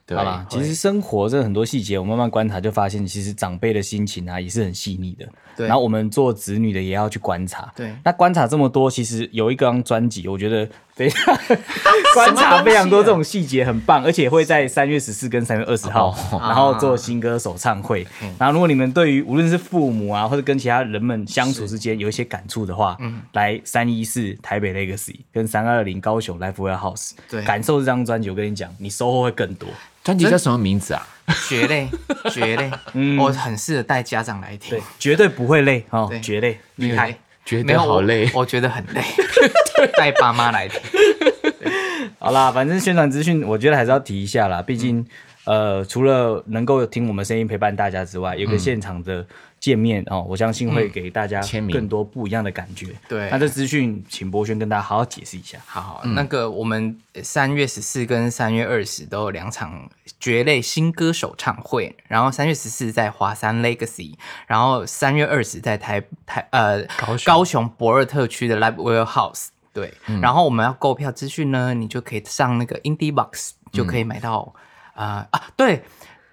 B: 对
A: 好吧
C: 其实生活真的很多细节，我慢慢观察就发现，其实长辈的心情啊也是很细腻的。
A: 对
C: 然后我们做子女的也要去观察。
A: 对
C: 那观察这么多，其实有一张专辑，我觉得非常
A: <laughs>
C: 观察非常多这种细节，很棒，
A: 啊
C: 而且会在三月十四跟三月二十号，
A: 哦
C: <laughs> 然后做新歌首唱会。
A: 啊
C: 然后如果你们对于无论是父母啊，或者跟其他人们相处之间有一些感触的话，
A: 嗯
C: 来三一四台北 Legacy 跟三二零高雄 Live Warehouse，
A: 对
C: 感受这张专辑，我跟你讲，你收获会更多。
B: 专辑叫什么名字啊？
A: 绝类绝类，我很适合带家长来听
C: 对，，绝对不会累哦
A: 对，
C: 绝累。
A: 厉害。
B: 觉得
A: 没有
B: 好
A: 我
B: 累。
A: 我觉得很 <laughs> 累，带爸妈来听。
C: 好啦，反正宣传资讯，我觉得还是要提一下啦，毕竟、呃，除了能够听我们声音陪伴大家之外，有个现场的见面、哦，我相信会给大家
B: 签名
C: 更多不一样的感觉。
A: 对
C: 那这资讯请博轩跟大家好好解释一下。
A: 好，那个我们三月十四跟三月二十都有两场蕨类新歌手唱会，然后三月十四在华山 Legacy，然后三月二十在台台呃
D: 高雄
A: 博尔特区的 Live Warehouse。对，然后我们要购票资讯呢，你就可以上那个 Indie Box 就可以买到啊、呃啊，对，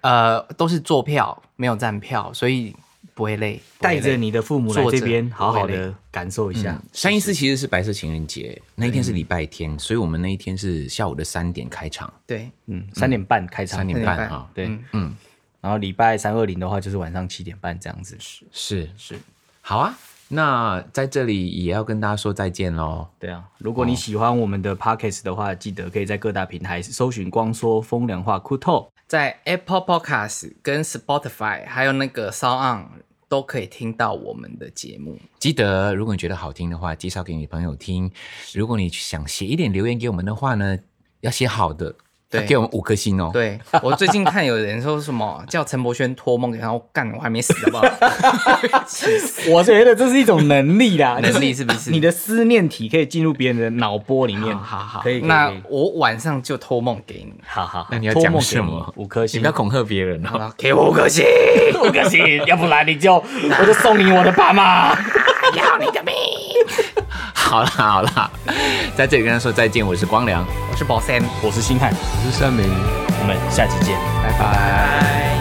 A: 呃，都是坐票，没有站票，所以不会累。不会
C: 带
A: 累
C: 着你的父母来
A: 坐着
C: 这边，好好
A: 不会
C: 的感受一下。
B: 三一四其实是白色情人节，那一天是礼拜天，所以我们那一天是下午的三点开场，
A: 对
C: 嗯，三点半开场，
B: 三点
A: 三点
B: 半
A: 半
B: 啊。
C: 对，
B: 嗯
C: 嗯。然后礼拜三二零的话，就是晚上七点半这样子。
B: 是是，好啊。那在这里也要跟大家说再见喽。
C: 对啊，如果你喜欢我们的 podcast 的话，记得可以在各大平台搜寻“光说风凉话酷透
A: 在 Apple Podcast 跟 Spotify 还有那个 Sound On 都可以听到我们的节目。
B: 记得，如果你觉得好听的话，介绍给你朋友听；如果你想写一点留言给我们的话呢，要写好的，
A: 对
B: 要给我们五颗星哦。
A: 对我最近看有人说什么叫陈柏轩托梦，然后干我还没死好不好？气死！”。
C: <laughs> 我觉得哦这是一种能力啦，
A: <laughs> 能力是不是
C: 你的思念体可以进入别人的脑波里面。
A: 好好，
C: 可以，可以
A: 那
C: 可以
A: 我晚上就托梦给你，
C: 好好，好
B: 那你要
C: 托
B: 讲
C: 梦
B: 什
C: 给你
B: 么？
C: 五颗
B: 你
C: 星
B: 不要，恐吓别人哦。
A: 好给我五颗星，
C: <laughs> 五颗星，要不然你就我就送你我的爸妈。
A: 要你的命。
B: <laughs> 好啦好啦，在这里跟他说再见，我是光良。
A: 我是宝三，
C: 我是星汉，
D: 我是盛明。
C: 我们下期见。
A: 拜拜。